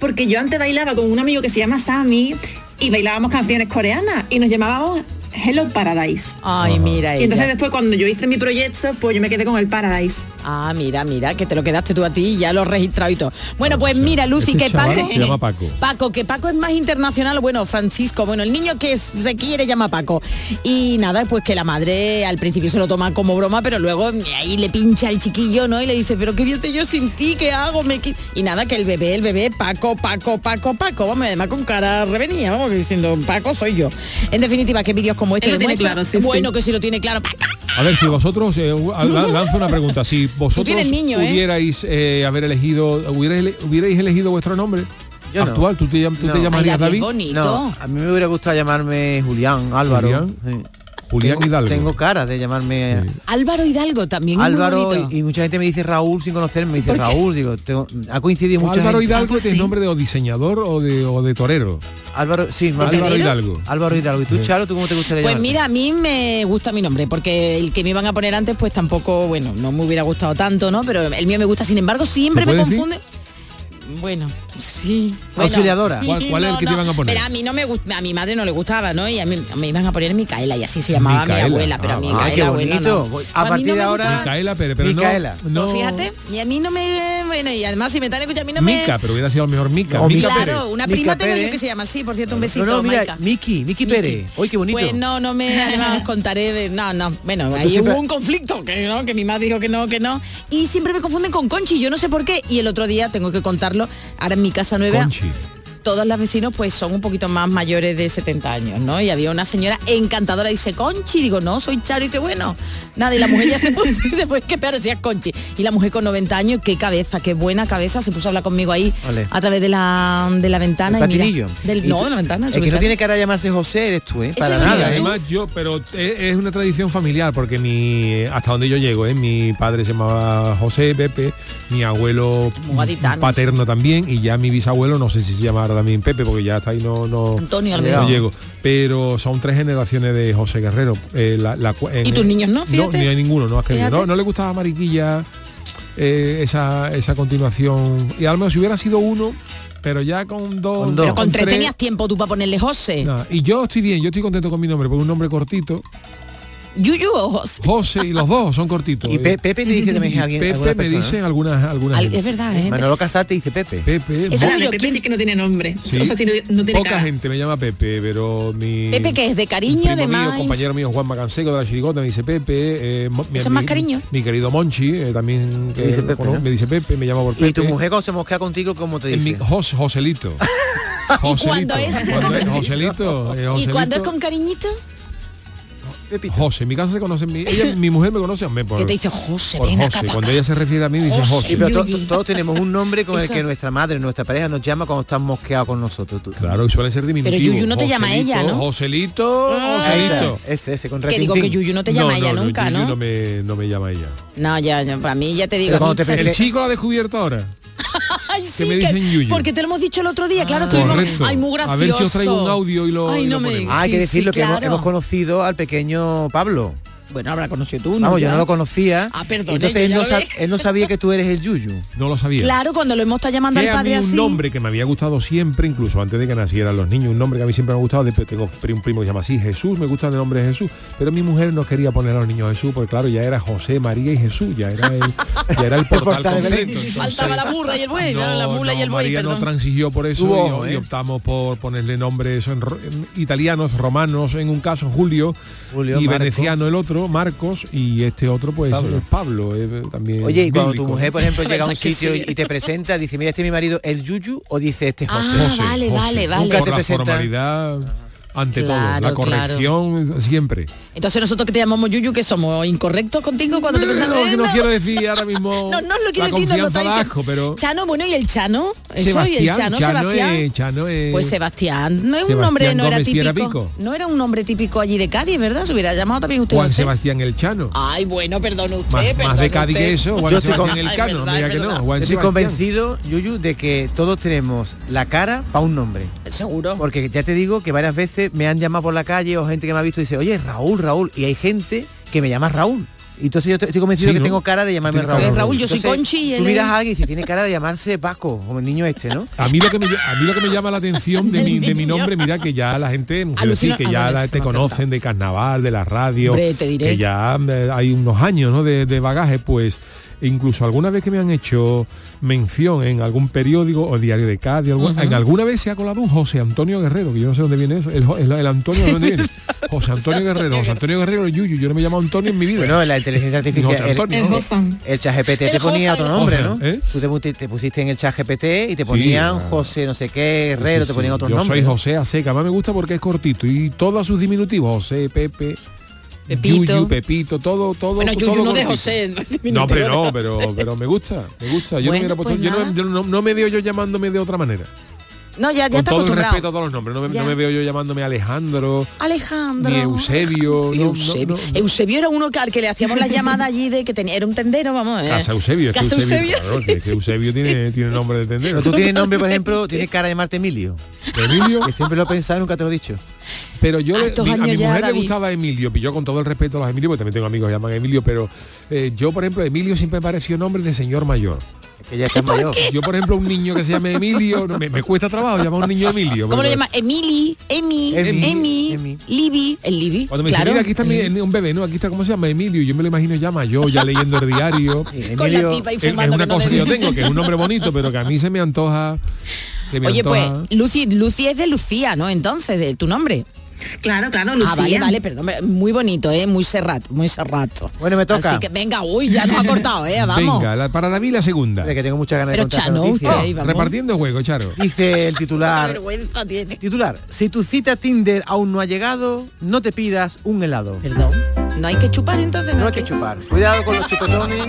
S14: Porque yo antes bailaba con un amigo que se llama Sammy y bailábamos canciones coreanas y nos llamábamos Hello Paradise.
S11: Ay, mira
S14: Y entonces
S11: ella.
S14: después cuando yo hice mi proyecto, pues yo me quedé con el Paradise.
S11: Ah, mira, mira, que te lo quedaste tú a ti y ya lo has registrado y todo. Bueno, pues mira, Lucy,
S10: Este
S11: que
S10: chaval
S11: Paco...
S10: se llama Paco.
S11: Paco, que Paco es más internacional, bueno, Francisco, bueno, el niño que se quiere llama Paco. Y nada, pues que la madre al principio se lo toma como broma, pero luego ahí le pincha al chiquillo, ¿no? Y le dice, pero qué bien te yo sin ti, ¿qué hago? Me qui-". y nada, que el bebé, el bebé, Paco, Paco, Paco, Paco, vamos, además con cara revenía, vamos, que diciendo, Paco soy yo. En definitiva, que vídeos como este
S14: Él lo tiene
S11: demuestran-
S14: claro, sí, sí.
S11: bueno, que si lo tiene claro, Paco.
S10: A ver, si vosotros, eh, a- la- lanzo una pregunta, si vosotros
S11: tienes niño, ¿eh?
S10: hubierais eh, haber elegido, hubierais, hubierais elegido vuestro nombre
S12: Yo no.
S10: actual, ¿tú te, llam- tú te llamarías David?
S12: No, a mí me hubiera gustado llamarme Julián Álvaro.
S10: Julián.
S12: Sí.
S10: Julián
S12: tengo,
S10: Hidalgo.
S12: Tengo cara de llamarme
S11: Álvaro Hidalgo también. es muy
S12: Álvaro
S11: bonito.
S12: y, y mucha gente me dice Raúl sin conocerme, me dice
S11: ¿Por qué?
S12: Raúl, digo, tengo- ha coincidido mucho.
S10: Álvaro
S12: gente.
S10: Hidalgo es nombre de o diseñador o de, o de torero.
S12: Álvaro, sí, más-
S10: Álvaro Hidalgo.
S12: Álvaro Hidalgo. ¿Y tú,
S10: Eh.
S12: Charo, tú cómo te gustaría
S11: Pues
S12: llamarte?
S11: mira, a mí me gusta mi nombre, porque el que me iban a poner antes, pues tampoco, bueno, no me hubiera gustado tanto, ¿no? Pero el mío me gusta, sin embargo, siempre
S12: ¿Se
S11: me
S12: puede decir?
S11: confunde. Bueno, sí.
S12: Auxiliadora. ¿Cuál- cuál es el que te iban a poner?
S11: Pero a mí no me gusta, a mi madre no le gustaba, ¿no? Y a mí me iban a poner Micaela, y así se llamaba
S10: Micaela.
S11: mi abuela, pero
S10: Ah,
S11: a mi
S10: ah, qué
S11: Micaela, abuela
S10: bonito.
S11: no. Pues
S10: Voy-
S12: a
S11: mí
S12: partir
S11: no
S12: de
S11: me
S12: ahora-
S11: gusta-
S10: Micaela, pero, pero no-
S12: Micaela.
S10: no.
S11: Pues fíjate, y a mí no me... Bueno, y además si me están escuchando, a mí no me...
S10: Mica, pero hubiera sido mejor Mica.
S11: Claro,
S10: Mica Pérez.
S11: una
S12: Mica
S11: prima tengo
S12: Pérez.
S11: yo que se llama así, por cierto, un
S12: No,
S11: besito,
S12: no, mira,
S11: Maica.
S12: Miki, Miki Pérez. Hoy qué bonito.
S11: Pues no, no me además os contaré de. No, no. Bueno, ahí
S12: siempre-
S11: hubo un conflicto, que no, que mi madre dijo que no, que no. Y siempre me confunden con Conchi, yo no sé por qué. Y el otro día, tengo que contarlo, ahora en mi casa nueva. Todos los vecinos pues son un poquito más mayores de 70 años, ¿no? Y había una señora encantadora, dice, Conchi, digo, no, soy Charo, y dice, bueno, nada, y la mujer ya se puso, "Pues, después que parecías Conchi. Y la mujer con 90 años, qué cabeza, qué buena cabeza, se puso a hablar conmigo ahí
S12: Ole.
S11: a través de la, de la ventana.
S12: El
S11: y mira,
S12: patinillo.
S11: del,
S12: Y
S11: no,
S12: tú-
S11: de la ventana. de
S12: El
S11: su
S12: que no
S11: ventana.
S12: tiene cara de llamarse José eres tú, ¿eh? Para
S10: Sí,
S12: nada, ¿eh?
S10: además yo, pero es es una tradición familiar porque mi hasta donde yo llego, ¿eh? mi padre se llamaba José Pepe, mi abuelo
S11: Mogaditanos.
S10: paterno también y ya mi bisabuelo no sé si se llamará también Pepe porque ya hasta ahí no no
S11: Antonio, al
S10: no
S11: menos.
S10: llego, pero son tres generaciones de José Guerrero. eh, la- la cua- en-
S11: ¿Y tus niños no?
S10: No,
S11: Fíjate.
S10: ni hay ninguno, no, es que
S11: Fíjate.
S10: no, no le gustaba Mariquilla. eh, esa, esa continuación. Y al menos si hubiera sido uno, pero ya con dos.
S11: Pero con tres
S10: tres,
S11: tenías tiempo tú para ponerle José.
S10: nada. Y yo estoy bien, yo estoy contento con mi nombre, porque es un nombre cortito.
S11: Yuyu o José.
S10: José y los dos son cortitos. eh.
S12: Y Pe- Pepe te dice también
S10: Y
S12: alguien-
S10: Pepe
S12: alguna
S10: me
S12: persona,
S10: dicen
S12: ¿no?
S10: algunas algunas.
S11: Al-
S10: gente.
S11: es verdad, ¿eh?
S12: Manolo Casate dice Pepe.
S10: Pepe.
S14: Eso
S10: muy-
S14: de Pepe sí que no tiene nombre.
S10: Sí.
S14: O sea, sí, no, no tiene
S10: Poca
S14: cara.
S10: gente me llama Pepe, pero mi
S11: Pepe que es de cariño,
S10: primo
S11: de
S10: mío,
S11: más.
S10: compañero mío Juan Macansego de la Chirigota me dice Pepe. eh, mo- mi,
S11: Eso es más
S10: mi-
S11: cariño.
S10: Mi querido Monchi eh, también que-
S12: dice Pepe,
S10: bueno,
S12: ¿no?
S10: me dice Pepe, me llama por Pepe.
S12: Y tu mujer cuando se mosquea contigo, ¿cómo te
S10: En
S12: dice?
S10: mi- Jos- Joselito. Joselito.
S11: cuando es-
S10: Cuando es Joselito, eh,
S11: ¿Y
S10: Joselito.
S11: cuando es con cariñito?
S10: José, en mi casa se conoce, mi, ella- mi mujer me conoce a mí por,
S11: Que te dice José,
S10: por
S11: ven acá.
S10: José.
S11: pa'
S10: Cuando
S11: acá".
S10: ella se refiere a mí dice José.
S12: Sí, pero to- to- todos tenemos un nombre con el
S11: Eso-
S12: que nuestra madre, nuestra pareja nos llama cuando están mosqueados con nosotros.
S10: Claro, y suelen ser diminutivos.
S11: Yuyu no te llama
S10: Joselito,
S11: ella, ¿no?
S10: Joselito,
S11: Ah.
S10: Joselito.
S12: Ese, ese, con
S11: Que digo que Yuyu no te llama ella nunca,
S10: Yuyu
S11: ¿no?
S10: No me, no me llama ella.
S11: No, ya, ya, para mí ya te digo. a mí,
S10: el
S11: chaval.
S10: chico lo ha descubierto ahora.
S11: Ay, sí,
S10: me
S11: que-
S10: dicen Yuyu.
S11: Porque te lo hemos dicho el otro día, claro, tuvimos.
S10: Correcto.
S11: Ay, muy gracioso.
S10: A ver si os traigo un audio y lo,
S11: Ay,
S10: y
S11: no
S10: lo
S11: me
S10: ponemos.
S12: Ah, hay
S11: Sí,
S12: que
S11: sí,
S12: decirlo que hemos,
S11: claro.
S12: hemos conocido al pequeño Pablo.
S11: Bueno, habrá conocido tú,
S12: Vamos, yo
S11: Ya.
S12: no lo conocía.
S11: Ah, perdone,
S12: entonces
S11: yo
S12: él
S11: ya
S12: no,
S11: lo
S12: sa-
S11: ve.
S12: él no sabía que tú eres el Yuyu.
S10: No lo sabía.
S11: Claro, cuando lo hemos estado llamando
S10: Que
S11: al
S10: a mí
S11: padre
S10: un
S11: así.
S10: nombre que me había gustado siempre, incluso antes de que nacieran los niños, un nombre que a mí siempre me ha gustado, de- tengo pri- un primo que se llama así, Jesús, me gusta el nombre de Jesús, pero mi mujer no quería poner a los niños Jesús, porque claro, ya era José, María y Jesús, ya era el, ya era el portal
S12: portal de Belén.
S10: completo. entonces-
S11: Faltaba la burra y el buey,
S10: No,
S11: la mula
S10: no,
S11: y el buey,
S10: María no
S11: perdón.
S10: transigió por eso
S12: Tuvo
S10: y-
S12: ojo,
S10: y,
S12: ¿eh?
S10: optamos por ponerle nombres en ro- en italianos, romanos, en un caso Julio,
S12: Julio,
S10: y
S12: Marco.
S10: veneciano el otro, Marcos, y este otro pues
S12: Pablo.
S10: Pablo, Pablo eh, también.
S12: Oye, y cuando tu
S10: bíblico,
S12: mujer,
S10: ¿no?
S12: por ejemplo,
S11: La
S12: llega a un
S11: verdad que
S12: sitio
S11: sí.
S12: y te presenta, dice, mira, este es mi marido, el Yuyu, o dice, este es
S11: Ah,
S12: José.
S11: vale, vale, vale.
S12: Nunca te
S10: por la
S12: presenta-
S10: formalidad ante
S11: Claro,
S10: todo, la corrección eh, siempre.
S11: Entonces nosotros que te llamamos Yuyu, que somos incorrectos contigo cuando te
S10: No,
S11: presentamos. Ah,
S10: que no quiero decir ahora mismo.
S11: No, no os lo quiero
S10: la
S11: decir, no lo
S10: confianza
S11: estáis
S10: da
S11: diciendo.
S10: asco, pero
S11: Chano, bueno, y el Chano, eso y el Chano, Sebastián.
S10: es- Chano es-
S11: Pues Sebastián, no es un
S10: Sebastián
S11: nombre, no era
S10: Gómez Fiera
S11: típico.
S10: Pico.
S11: No era un nombre típico allí de Cádiz, ¿verdad? Se hubiera llamado también usted.
S10: Juan
S11: José.
S10: Sebastián el Chano.
S11: Ay, bueno, perdone usted,
S10: Más- más
S11: perdone
S10: de Cádiz
S11: usted.
S10: que eso, Juan
S12: Yo estoy
S10: Sebastián
S12: con-
S10: el
S11: Ay,
S10: Cano,
S11: verdad,
S10: mira
S11: es
S10: que no,
S11: verdad.
S10: Juan
S12: Estoy
S10: Sebastián.
S12: convencido, Yuyu, de que todos tenemos la cara para un nombre.
S11: Seguro.
S12: Porque ya te digo que varias veces me han llamado por la calle o gente que me ha visto y dice, oye, Raúl, Raúl. Y hay gente que me llama Raúl. Y entonces yo te- estoy convencido
S10: Sí,
S12: que
S10: ¿no?
S12: tengo cara de llamarme
S10: Tiene
S12: Raúl.
S10: cara de Raúl,
S11: yo soy
S12: Entonces,
S11: Conchi y
S12: Tú
S11: él
S12: miras
S11: es-
S12: a alguien y si tiene cara de llamarse Paco, como el niño este, ¿no?
S10: A mí, lo que me, ll- a mí lo que me llama la atención de, mi, de mi nombre, mira que ya la gente, quiero decir,
S11: Alucina-
S10: que
S11: ah,
S10: ya
S11: vale,
S10: la-
S11: sí,
S10: te
S11: me ha
S10: conocen de carnaval, de la radio,
S11: Hombre, te diré.
S10: que ya eh, hay unos años ¿no? de, de bagaje, pues incluso alguna vez que me han hecho mención en algún periódico o diario de Cádiz, algún- en alguna vez se ha colado un José Antonio Guerrero, que yo no sé dónde viene eso, el, jo- el- el Antonio, ¿de dónde viene? José Antonio Guerrero, José Antonio Guerrero, Yuyu, yo no me llamo Antonio en mi vida.
S12: Bueno, la inteligencia
S10: Ni
S12: artificial.
S10: José
S12: el-
S10: Antonio,
S14: El
S10: ¿no?
S14: Gozan.
S12: El chat GPT te
S11: El José,
S12: ponía otro
S11: el
S12: nombre,
S10: José,
S12: ¿no?
S10: ¿eh?
S12: Tú te, puti- te pusiste en el chat GPT y te ponían
S10: claro.
S12: José no sé qué, Herrero,
S10: Sí,
S12: te ponían
S10: sí.
S12: otros
S10: Yo
S12: nombres.
S10: soy
S12: ¿no?
S10: José Aseca, más me gusta porque es cortito y todos sus diminutivos, José, Pepe,
S11: Pepito.
S10: Yuyu, Pepito, todo, todo.
S11: Bueno,
S10: todo
S11: Yuyu no de
S10: cortito.
S11: José.
S10: No, hombre,
S11: diminutivo
S10: no,
S11: de
S10: pero,
S11: José.
S10: pero me gusta, me gusta. Yo, no,
S11: Bueno,
S10: hubiera puesto-
S11: pues
S10: yo no-
S11: nada.
S10: yo no, no me veo yo llamándome de otra manera.
S11: No, ya, ya
S10: Con
S11: está
S10: todo el
S11: acostumbrado.
S10: respeto a todos los nombres. No me,
S11: Ya.
S10: no me veo yo llamándome Alejandro,
S11: Alejandro.
S10: ni Eusebio. no, no,
S11: Eusebio.
S10: no, no.
S11: Eusebio era uno que- al que le hacíamos la llamada allí de que tenía, era un tendero, vamos. eh.
S10: Casa Eusebio. es que
S11: Casa Eusebio,
S10: claro,
S11: sí,
S10: que- que
S11: sí,
S10: Eusebio
S11: sí,
S10: tiene,
S11: sí.
S10: tiene nombre de
S12: Pero
S10: tendero.
S12: tú tienes nombre, por ejemplo, tienes cara de llamarte Emilio.
S10: Emilio.
S12: Que siempre lo he pensado y nunca te lo he dicho.
S10: Pero yo
S11: A
S10: le-
S11: estos
S10: mi- a
S11: años
S10: mi
S11: ya,
S10: mujer le
S11: David.
S10: gustaba Emilio, y yo con todo el respeto a los Emilio, porque también tengo amigos que llaman Emilio, pero eh, yo, por ejemplo, Emilio siempre me pareció nombre de señor mayor.
S12: Es que ya estás mayor.
S10: Yo, por ejemplo, un niño que se llame Emilio, no, me, me cuesta trabajo llamar a un niño Emilio.
S11: ¿Cómo
S10: porque
S11: lo llama? Emily, Emi,
S10: Emi,
S11: Emi,
S12: Emi.
S11: Libby, el Libby.
S10: Cuando me
S11: claro.
S10: dice, mira, aquí está mi- un bebé, ¿no? Aquí está, ¿cómo se llama? Emilio. y Yo me lo imagino ya mayor, ya leyendo el diario.
S12: Sí,
S11: Con la
S12: Emilio-
S11: pipa y
S10: Es, es
S11: fumando.
S10: una
S11: que no
S10: cosa que yo
S11: debía.
S10: tengo, que es un nombre bonito, pero que a mí se me antoja... se me
S11: Oye, pues,
S10: antoja-
S11: Lucy, Lucy es de Lucía, ¿no? Entonces, de tu nombre.
S14: Claro, claro, Lucía.
S11: Ah, vale, vale, perdón. Muy bonito, ¿eh? Muy serrat, muy serrato.
S12: Bueno, me toca.
S11: Así que venga, uy, ya nos ha cortado, ¿eh? Vamos.
S10: Venga, la- para David la segunda.
S12: Hombre, que tengo muchas ganas
S11: Pero
S12: de contar esta
S11: Chano,
S12: noticia.
S11: usted ahí va. vamos.
S10: Repartiendo juego, Charo.
S12: Dice el
S11: Qué
S12: titular.
S11: vergüenza tiene.
S12: Titular, si tu cita Tinder aún no ha llegado, no te pidas un helado.
S11: Perdón. No hay que chupar entonces, ¿no?
S12: No hay que chupar. Cuidado con los chupetones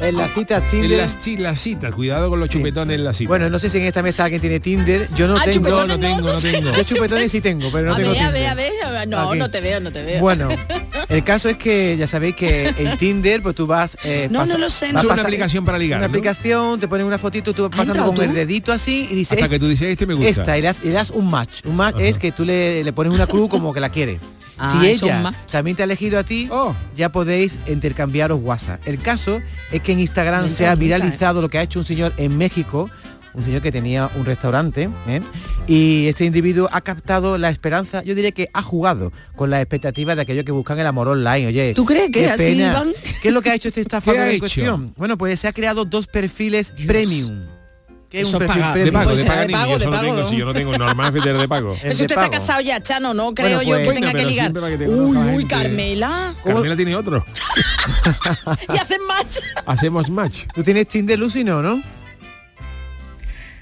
S12: en las citas Tinder.
S10: En las, chi- las citas, cuidado con los chupetones en las citas.
S12: Bueno, no sé si en esta mesa alguien tiene Tinder. Yo no
S11: Ah,
S12: tengo.
S11: chupetones
S10: no tengo, no tengo.
S12: Yo chupetones sí tengo, pero no
S11: a
S12: tengo
S11: ver, a ver,
S12: Tinder.
S11: a ver, a ver. No,
S12: Aquí.
S11: no te veo, no te veo.
S12: Bueno, el caso es que ya sabéis que en Tinder pues tú vas eh,
S11: No, no lo sé, no.
S12: vas
S10: Es una
S12: pasa-
S10: aplicación para ligar,
S12: Una
S10: ¿no?
S12: aplicación, te ponen una fotito, tú vas pasando
S11: entrado
S12: con el
S11: tú?
S12: dedito así y dices,
S10: Hasta que tú dices, este me gusta.
S12: esta, y le das, y le das un match. Un match es que tú le, le pones una cruz como que la quiere.
S11: Ah,
S12: si
S11: son
S12: ella
S11: más.
S12: también te ha elegido a ti,
S10: Oh.
S12: ya podéis intercambiaros WhatsApp. El caso es que en Instagram
S11: Me
S12: se ha
S11: encanta, ¿eh?
S12: viralizado lo que ha hecho un señor en México, un señor que tenía un restaurante, ¿eh? y este individuo ha captado la esperanza, yo diría que ha jugado con las expectativas de aquellos que buscan el amor online. Oye,
S11: ¿Tú crees que
S12: qué
S11: así
S12: pena.
S11: van?
S12: ¿Qué es lo que ha hecho este
S10: ¿Qué ha
S12: estafador en
S10: hecho?
S12: cuestión? Bueno, pues se ha creado dos perfiles premium. ¿Qué es
S10: Eso
S12: un perfil
S10: paga-
S11: pues,
S12: premium?
S10: de pago, de paga niño, yo solo tengo, si yo no tengo normal Twitter de pago.
S11: Pero Pues si usted está casado ya, Chano, no creo
S10: Bueno,
S11: yo que
S10: pues,
S11: tenga que
S10: pero
S11: ligar.
S10: siempre va que te
S11: Uy,
S10: conozca
S11: uy,
S10: gente.
S11: Carmela.
S10: Carmela tiene otro.
S11: Y hacen match.
S10: Hacemos match.
S12: ¿Tú tienes Tinder, Lucy, no, no?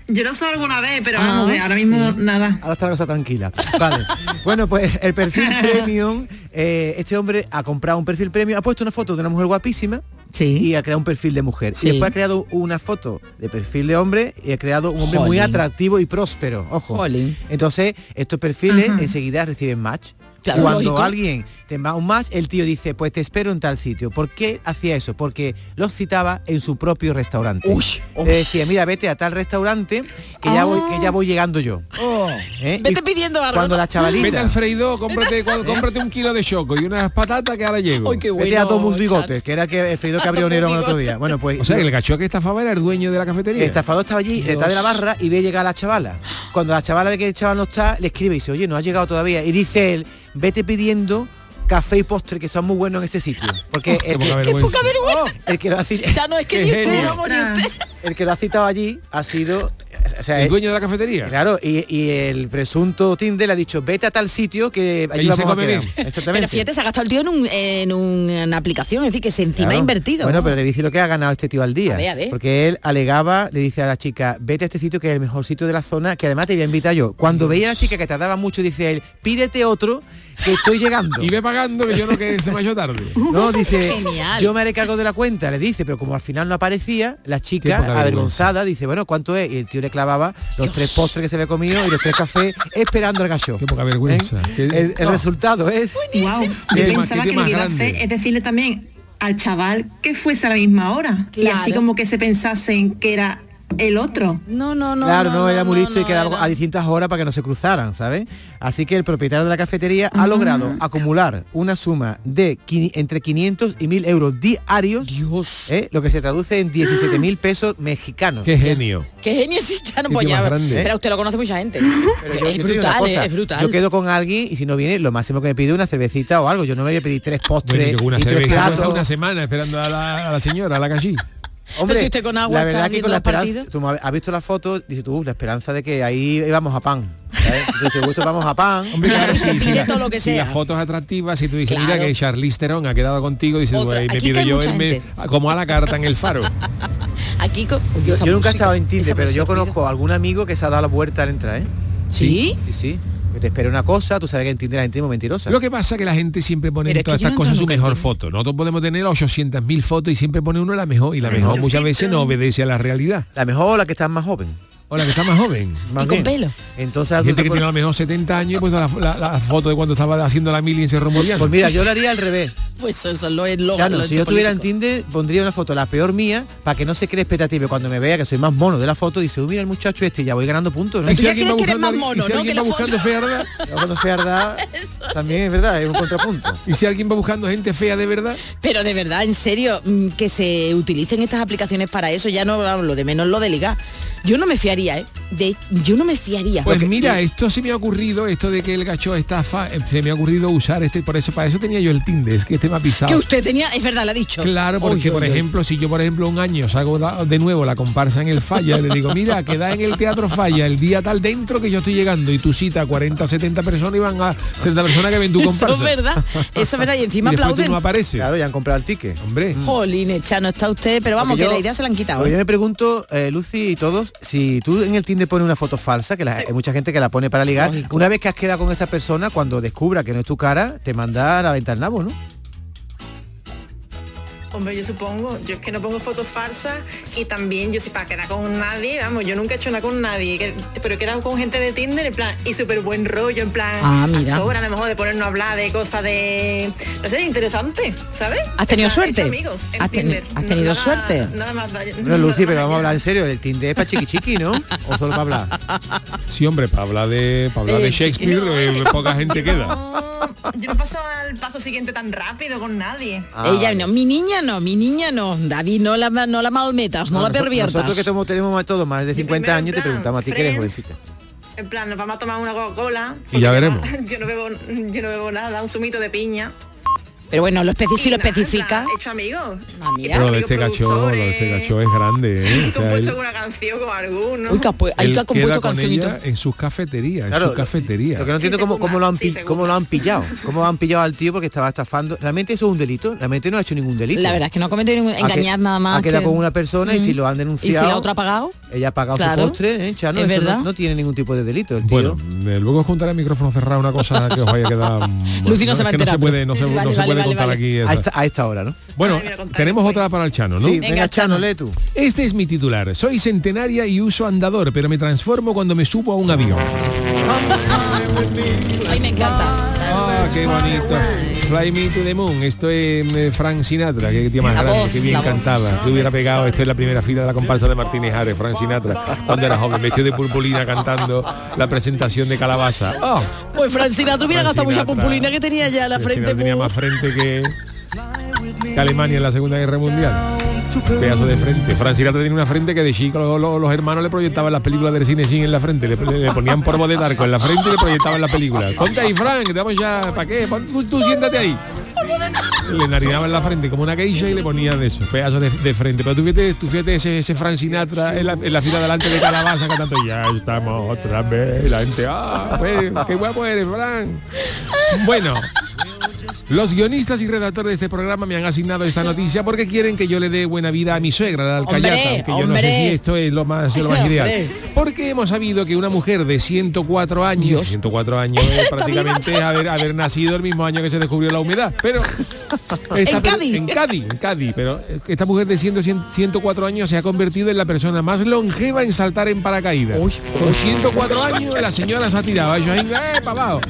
S14: Yo lo sé alguna vez, pero vamos, eh, ahora mismo
S12: sí.
S14: nada.
S12: Ahora está la cosa tranquila. Vale. bueno, pues el perfil premium, eh, este hombre ha comprado un perfil premium, ha puesto una foto de una mujer guapísima. Y ha creado un perfil de mujer.
S11: Sí.
S12: Y después ha creado una foto de perfil de hombre y ha creado un hombre muy
S11: Jolín.
S12: atractivo y próspero. Ojo. Entonces, estos perfiles enseguida reciben match.
S11: Claro,
S12: Cuando
S11: lógico.
S12: alguien te va a un match, el tío dice, pues te espero en tal sitio. ¿Por qué hacía eso? Porque los citaba en su propio restaurante. Le decía, mira, vete a tal restaurante que, ya, voy, que ya voy llegando yo. ¿Eh?
S11: Ah. Oh. Vete
S12: Y
S11: pidiendo algo.
S12: Cuando la chavalita.
S10: Vete al freidor, cómprate, cuál- cómprate un kilo de choco y unas patatas que ahora llego.
S11: Ay, qué
S12: Vete a
S11: bueno,
S12: Domus
S11: Chano.
S12: Bigotes, que era que el freidor que abrió Nero el otro día. Bueno, pues.
S10: O sea, que el gacho que estafaba era el dueño de la cafetería.
S12: El estafador estaba allí detrás de la barra y ve llegar a la chavala. Cuando la chavala ve que el chaval no está, le escribe y dice, oye, no ha llegado todavía. Y dice él, vete pidiendo café y postre que son muy buenos en ese sitio. Porque
S10: Oh, Qué poca vergüenza. Oh,
S11: Poca vergüenza.
S12: Oh, el que lo ha citado.
S11: Ya no es que
S12: Qué
S11: ni usted,
S12: genio.
S11: vamos, ni usted.
S12: El que lo ha citado allí ha sido. o sea,
S10: ¿El dueño de la cafetería?
S12: Claro, y, y el presunto Tinder le ha dicho, vete a tal sitio que allí
S10: allí se
S12: vamos a
S10: come
S12: quedar".
S10: bien.
S11: Pero
S12: Exactamente.
S11: fíjate, se ha gastado el tío en, un- en un- en una aplicación, es decir, que se encima ha
S12: Claro.
S11: invertido.
S12: Bueno, pero te voy a decir lo que ha ganado este tío al día.
S11: A ver, a ver.
S12: Porque él alegaba, le dice a la chica, vete a este sitio que es el mejor sitio de la zona, que además te voy a invitar yo. Cuando veía a la chica que tardaba mucho, dice él, pídete otro, que estoy llegando.
S10: Y ve pagando que yo no que se me ha hecho tarde.
S12: No, dice,
S10: Genial.
S12: yo me haré cargo de la cuenta, le dice, pero como al final no aparecía, la
S10: Qué
S12: chica
S10: poca vergüenza.
S12: avergonzada dice, bueno, ¿cuánto es? Y el tío le clavaba los tres postres que se había comido y los tres cafés esperando al gallo. Qué
S10: poca vergüenza. Qué-
S12: El, el
S10: No.
S12: resultado es...
S14: Wow. Yo pensaba
S12: Qué tema- qué
S14: que lo que
S12: tema
S14: iba a
S12: grande.
S14: hacer es decirle también al chaval que fuese a la misma hora. Y así
S11: Claro.
S14: como que se pensasen que era el otro.
S11: No, no, no.
S12: claro, no, era muy listo y
S11: no,
S12: quedaba
S11: era-
S12: a distintas horas para que no se cruzaran, ¿sabes? Así que el propietario de la cafetería
S11: Mm.
S12: ha logrado acumular una suma de qui- entre 500 y 1000 euros diarios, ¿eh? lo que se traduce en 17 mil pesos mexicanos.
S10: Qué genio.
S11: Qué genio es ya no
S12: Qué
S11: pues
S12: tío
S11: ya-
S12: más grande.
S11: Pero usted lo conoce mucha gente.
S12: Yo-
S11: es,
S12: yo te digo una
S11: brutal,
S12: cosa,
S11: eh, es brutal,
S12: Yo quedo con alguien y si no viene, lo máximo que me pide es una cervecita o algo. Yo no me voy a pedir tres postres
S10: Bueno, yo con una
S12: y tres
S10: cerveza. Puedo estar
S12: platos.
S10: Pues una semana esperando a la, a la señora, a la cachí.
S12: Hombre,
S11: si usted con agua
S12: la
S11: está
S12: verdad que
S11: viendo
S12: con la
S11: los
S12: esperanza,
S11: partidos.
S12: tú me has has visto la foto, dices tú, la esperanza de que ahí íbamos a pan. ¿sabes? Entonces, gusto vamos a pan.
S10: Hombre, claro,
S11: se
S10: sí,
S11: pide
S10: la-
S11: todo lo que
S10: si
S11: sea.
S10: la foto es atractiva, si tú dices,
S11: Claro.
S10: mira que Charlize Theron ha quedado contigo, dices,
S11: Otra.
S10: "Güey, me
S11: Aquí
S10: pido
S11: cae
S10: yo
S11: mucha
S10: el me- Ah, como a la carta en el faro.
S11: Aquí co- Uy,
S12: Yo,
S11: esa
S12: yo
S11: música,
S12: nunca he estado en Tinder,
S11: esa
S12: pero yo
S11: música.
S12: conozco a algún amigo que se ha dado la vuelta al entrar, ¿eh?
S11: ¿Sí?
S12: Sí, sí. Que te espera una cosa, tú sabes que en Tinder la gente es muy mentirosa.
S10: Lo que pasa es que la gente siempre pone
S12: Pero
S10: en
S12: es que
S10: todas
S12: yo
S10: estas
S12: no
S10: cosas
S12: entro
S10: su
S12: nunca en
S10: mejor foto. Nosotros podemos tener 800.000 fotos y siempre pone uno la mejor y la
S12: Ay,
S10: mejor
S12: yo
S10: muchas veces no obedece a la realidad.
S12: La mejor o la que está más joven.
S10: O la que está más joven.
S12: Más
S10: con
S12: bien. Entonces,
S10: Hay
S12: algo
S10: gente
S12: te
S10: que
S12: pone-
S10: tiene a lo mejor 70 años y puesto la, la- la foto de cuando estaba haciendo la mili en Cerro Moriano.
S12: Pues mira, yo lo haría al revés.
S11: Pues eso lo es lo,
S12: Ya no,
S11: lo
S12: si yo
S11: político.
S12: estuviera en Tinder, pondría una foto, la peor mía, para que no se cree expectativa. Y Cuando me vea que soy más mono de la foto, dice, "Uy, mira el muchacho este, ya voy ganando puntos. ¿no?".
S10: ¿Y si Ya alguien crees va que eres buscando más a alguien- y mono, si ¿no? alguien que va la buscando foto. fealdad?
S12: Yo cuando fealdad, también es verdad, es un contrapunto.
S10: Y si alguien va buscando gente fea de verdad,
S11: Pero de verdad, en serio, mm, que se utilicen estas aplicaciones para eso, ya no lo de menos lo de ligar. Yo no me fiaría, ¿eh? De, yo no me fiaría.
S10: Pues
S11: Porque-
S10: mira, esto se me ha ocurrido, esto de que el gacho estafa, eh, se me ha ocurrido usar este, por eso, para eso tenía yo el Tinder, es que este me ha pisado.
S11: Que
S4: eh,
S11: usted tenía, es verdad, lo ha dicho.
S10: Claro, porque
S11: Uy, uy,
S10: por
S11: uy.
S10: ejemplo, si yo por ejemplo un año salgo da- de nuevo la comparsa en el Falla y le digo, mira, queda en el teatro Falla el día tal dentro que yo estoy llegando y tú cita a 40, 70 personas y van a 70 personas que ven tu comparsa.
S11: Eso es verdad, eso es verdad, y encima
S10: después tú
S11: aplauden.
S10: no aparece.
S12: Claro, ya han comprado el ticket.
S10: Hombre.
S11: Jolín, Chano, está usted, pero vamos,
S12: Porque
S11: que
S12: yo-
S11: la idea se la han quitado.
S12: Pero yo
S11: ¿eh?
S12: me pregunto, eh, Lucy y todos, si tú en el Tinder pones una foto falsa, que la- hay mucha gente que la pone para ligar, una vez que has quedado con esa persona, cuando descubra que no es tu cara, te manda a la venta al nabo, ¿no?
S14: Hombre, yo supongo, yo es que no pongo fotos falsas y también yo si para quedar con nadie, vamos, yo nunca he hecho nada con nadie, que- pero he quedado con gente de Tinder en plan, y súper buen rollo, en plan,
S11: Ah, mira.
S14: sobra a lo mejor de ponernos a hablar de cosas de, no sé, interesante, ¿sabes?
S11: ¿Has tenido
S14: En plan, he
S11: suerte?
S14: hecho amigos en
S11: ¿Has teni-
S14: Tinder.
S11: has tenido
S14: Nada-
S11: suerte?
S14: Nada más, vaya-
S12: Bueno, Lucy, pero vamos a hablar en serio, el Tinder es para chiqui chiqui, ¿no? O solo para hablar.
S10: Sí, hombre, para hablar de, para hablar
S12: Eh,
S10: de
S12: sí.
S10: Shakespeare, eh, poca gente queda.
S14: Oh, yo no paso al paso siguiente tan rápido con nadie.
S12: Ah,
S11: Ella no, mi niña no, mi niña no. David, no la, no la malmetas, no, la
S12: noso-
S11: perviertas.
S12: Nosotros que tomo- tenemos más, todos más de 50 años, te preguntamos a ti que eres
S14: Friends.
S12: jovencita.
S14: En plan, nos vamos a tomar una Coca-Cola.
S12: Y ya veremos.
S14: Yo no bebo, yo no bebo nada, un zumito de piña.
S11: Pero bueno, lo especi- si lo
S14: Nada,
S11: especifica. Ah,
S14: He hecho amigos.
S11: mira.
S10: Pero de este gacho, lo de este gacho es grande, ¿eh? O sea, él-
S14: Una canción con alguno.
S11: Uy, que has pu- ahí
S10: él
S11: tú has compuesto
S10: queda con
S11: canción y
S10: ella
S11: todo.
S10: en sus cafeterías,
S12: Claro,
S10: en su cafetería.
S12: Lo que no entiendo es cómo, cómo lo han, pi- cómo lo han pillado. Cómo han pillado al tío porque estaba estafando. ¿Realmente eso es un delito? Realmente no ha hecho ningún delito.
S11: La verdad es que no ha cometido ningún
S12: Ha que-
S11: engañar nada más.
S12: Ha quedado con una persona y
S11: Mm.
S12: si lo han
S11: ¿Y si
S12: denunciado.
S11: la otra ha pagado?
S12: Ella ha pagado
S11: Claro.
S12: su postre, ¿eh, Chano?
S11: Es
S12: Eso no-
S11: verdad.
S12: No, tiene ningún tipo de delito el tío.
S10: Bueno, eh, luego os contaré a micrófono cerrado una cosa que os vaya a quedar... mm,
S12: Lucy no
S10: es
S12: se va a
S10: que No se
S12: enterar.
S10: puede, no se,
S12: Vale,
S10: no se
S12: vale,
S10: puede
S12: vale,
S10: contar
S12: vale.
S10: aquí.
S12: A esta- hora, ¿no?
S11: Uh,
S10: Bueno, tenemos otra para el Chano, ¿no?
S12: Sí, venga, Venga, Chano, Chano. lee tú.
S10: Este es mi titular. Soy centenaria y uso andador, pero me transformo cuando me subo a un avión.
S11: Ay, me encanta.
S10: Ah, qué bonito. Fly me to the moon. Esto es eh, Frank Sinatra, que tía más
S11: La
S10: grande,
S11: voz,
S10: que bien
S11: la voz.
S10: cantaba. Que hubiera pegado esto en la primera fila de la comparsa de Martínez Ares, Frank Sinatra, cuando era joven, vestido de purpurina cantando la presentación de Calabaza. Oh,
S11: Pues Francina, tú hubieras
S10: Frank
S11: gastado mucha
S10: Sinatra.
S11: purpurina que tenía ya en la
S10: Frank
S11: frente.
S10: Sinatra tenía más frente que, que Alemania en la Segunda Guerra Mundial. Pedazo de frente. Frank Sinatra tenía una frente que de chico lo- lo- los, hermanos le proyectaban las películas del cine sin en la frente. Le, le- le ponían polvo de narco en la frente y le proyectaban las películas. Ponte ahí, Frank, te vamos ya. ¿Para qué? Pon- tú, tú siéntate ahí. Le narinaban la frente como una geisha y le ponían eso, pedazos de, de frente. Pero tú fíjate, tú fíjate ese, ese Frank Sinatra en la, en la fila delante de Calabaza cantando ya estamos otra vez. Y la gente, ah, pues, qué guapo eres, Frank. Bueno. Los guionistas y redactores de este programa me han asignado esta noticia porque quieren que yo le dé buena vida a mi suegra, la
S11: Hombre,
S10: alcayata, aunque yo no sé
S11: hombre.
S10: si esto es lo más, lo más
S11: Hombre.
S10: ideal. Porque hemos sabido que una mujer de 104 años, 104 años eh,
S11: Está
S10: prácticamente es haber, haber nacido el mismo año que se descubrió la humedad, pero
S11: En
S10: per-
S11: Cádiz.
S10: en Cádiz, en Cádiz, pero eh, esta mujer de 100, 100, 104 años se ha convertido en la persona más longeva en saltar en paracaídas. Con 104 años la señora se ha tirado. Yo, ahí, ¡eh, pa' abajo!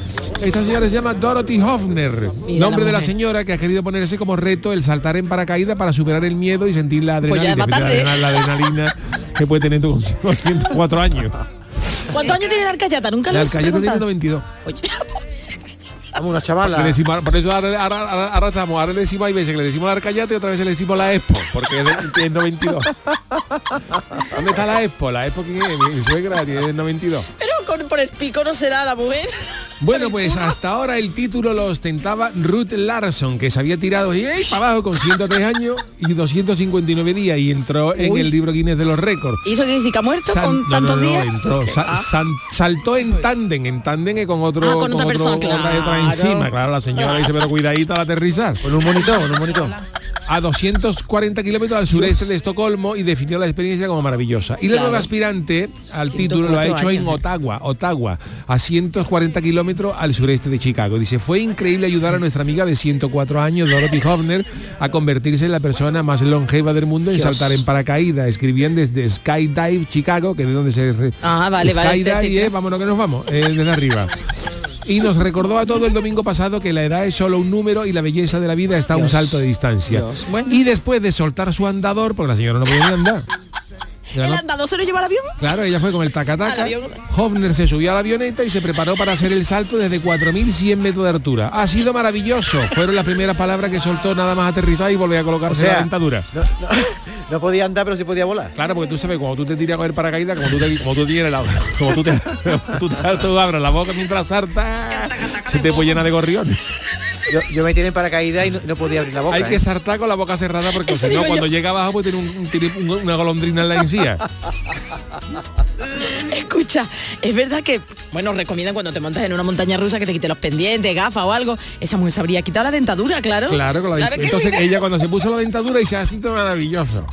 S10: Esta señora se llama Dorothy Hoffner,
S11: Mira
S10: nombre
S11: la
S10: de la
S11: mujer.
S10: señora que ha querido ponerse como reto el saltar en paracaídas para superar el miedo y sentir la
S11: Pues ya
S10: adrenalina,
S11: va tarde.
S10: la, adrenal- la adrenalina que puede tener tú con 104 años.
S11: ¿Cuántos años tiene la alcayata? Nunca lo
S10: La
S11: he
S10: alcayata tiene
S11: preguntado.
S10: 92.
S12: Vamos, una
S10: Le
S12: chavala.
S10: decimos, por eso ahora, ahora- ahora- ahora estamos, ahora le decimos hay veces que le decimos la Arcayate y otra vez le decimos la Expo, porque es de- tiene 92. ¿Dónde está la Expo? La Expo quién es? Mi suegra tiene 92.
S11: Pero con, por el pico no será la mujer.
S10: Bueno, pues hasta ahora el título lo ostentaba Ruth Larson, que se había tirado y ¡ey! para abajo con 103 años y 259 días y entró en
S11: Uy.
S10: el libro Guinness de los récords.
S11: ¿Y eso quiere decir que ha muerto
S10: San-
S11: con
S10: no, no,
S11: tantos
S10: no,
S11: días?
S10: entró, sa- san- saltó en tándem, en tándem y con otro,
S11: Ah, con otra
S10: otro-
S11: persona,
S10: otra- otra
S11: claro.
S10: encima, claro, la señora dice, pero cuidadito al aterrizar. Con un monitor, con un monitor. A 240 kilómetros al sureste de Estocolmo y definió la experiencia como maravillosa. Y la
S11: Claro.
S10: nueva aspirante al título lo ha
S11: 104
S10: hecho en
S11: años. ¿eh?
S10: Ottawa, Ottawa, a 140 kilómetros al sureste de Chicago. Dice, fue increíble ayudar a nuestra amiga de 104 años, Dorothy Hoffner, a convertirse en la persona más longeva del mundo en
S11: Dios.
S10: saltar en paracaídas. Escribían desde Skydive Chicago, que es de donde se... re-
S11: Ah, vale, vale,
S10: Skydive,
S11: te- te-
S10: eh, vámonos que nos vamos, eh, desde arriba. Y nos recordó a todo el domingo pasado que la edad es solo un número y la belleza de la vida está a un
S11: Dios.
S10: salto de distancia. Y después de soltar su andador, porque la señora no podía ni andar. Ya
S11: ¿El
S10: no-
S11: andador se lo lleva al avión?
S10: Claro, ella fue con el
S11: Al
S10: tacataca.
S11: avión.
S10: Hofner se subió a la avioneta y se preparó para hacer el salto desde 4.100 metros de altura. Ha sido maravilloso. Fueron las primeras palabras que soltó nada más aterrizar y volver a colocarse
S12: O sea,
S10: la dentadura.
S12: No podía andar, pero sí podía volar.
S10: Claro, porque tú sabes, cuando tú te tiras con el paracaídas, como tú, te, como tú tienes la como tú, te, tú, te- tú abres la boca mientras saltas, se te puede llena de gorriones.
S12: Yo, yo me tiré en paracaídas y no, no podía abrir la boca.
S10: Hay que
S12: ¿eh?
S10: saltar con la boca cerrada porque si
S12: Eso
S10: no,
S12: digo yo.
S10: cuando llega abajo pues tiene, un- tiene un- una golondrina en la encía.
S11: Escucha, es verdad que, bueno, recomiendan cuando te montas en una montaña rusa que te quite los pendientes, gafas o algo. Esa mujer se habría quitado la dentadura, claro.
S10: Claro, con la
S11: que
S10: Entonces
S11: sí.
S10: ella cuando se puso la dentadura y se ha sido maravilloso.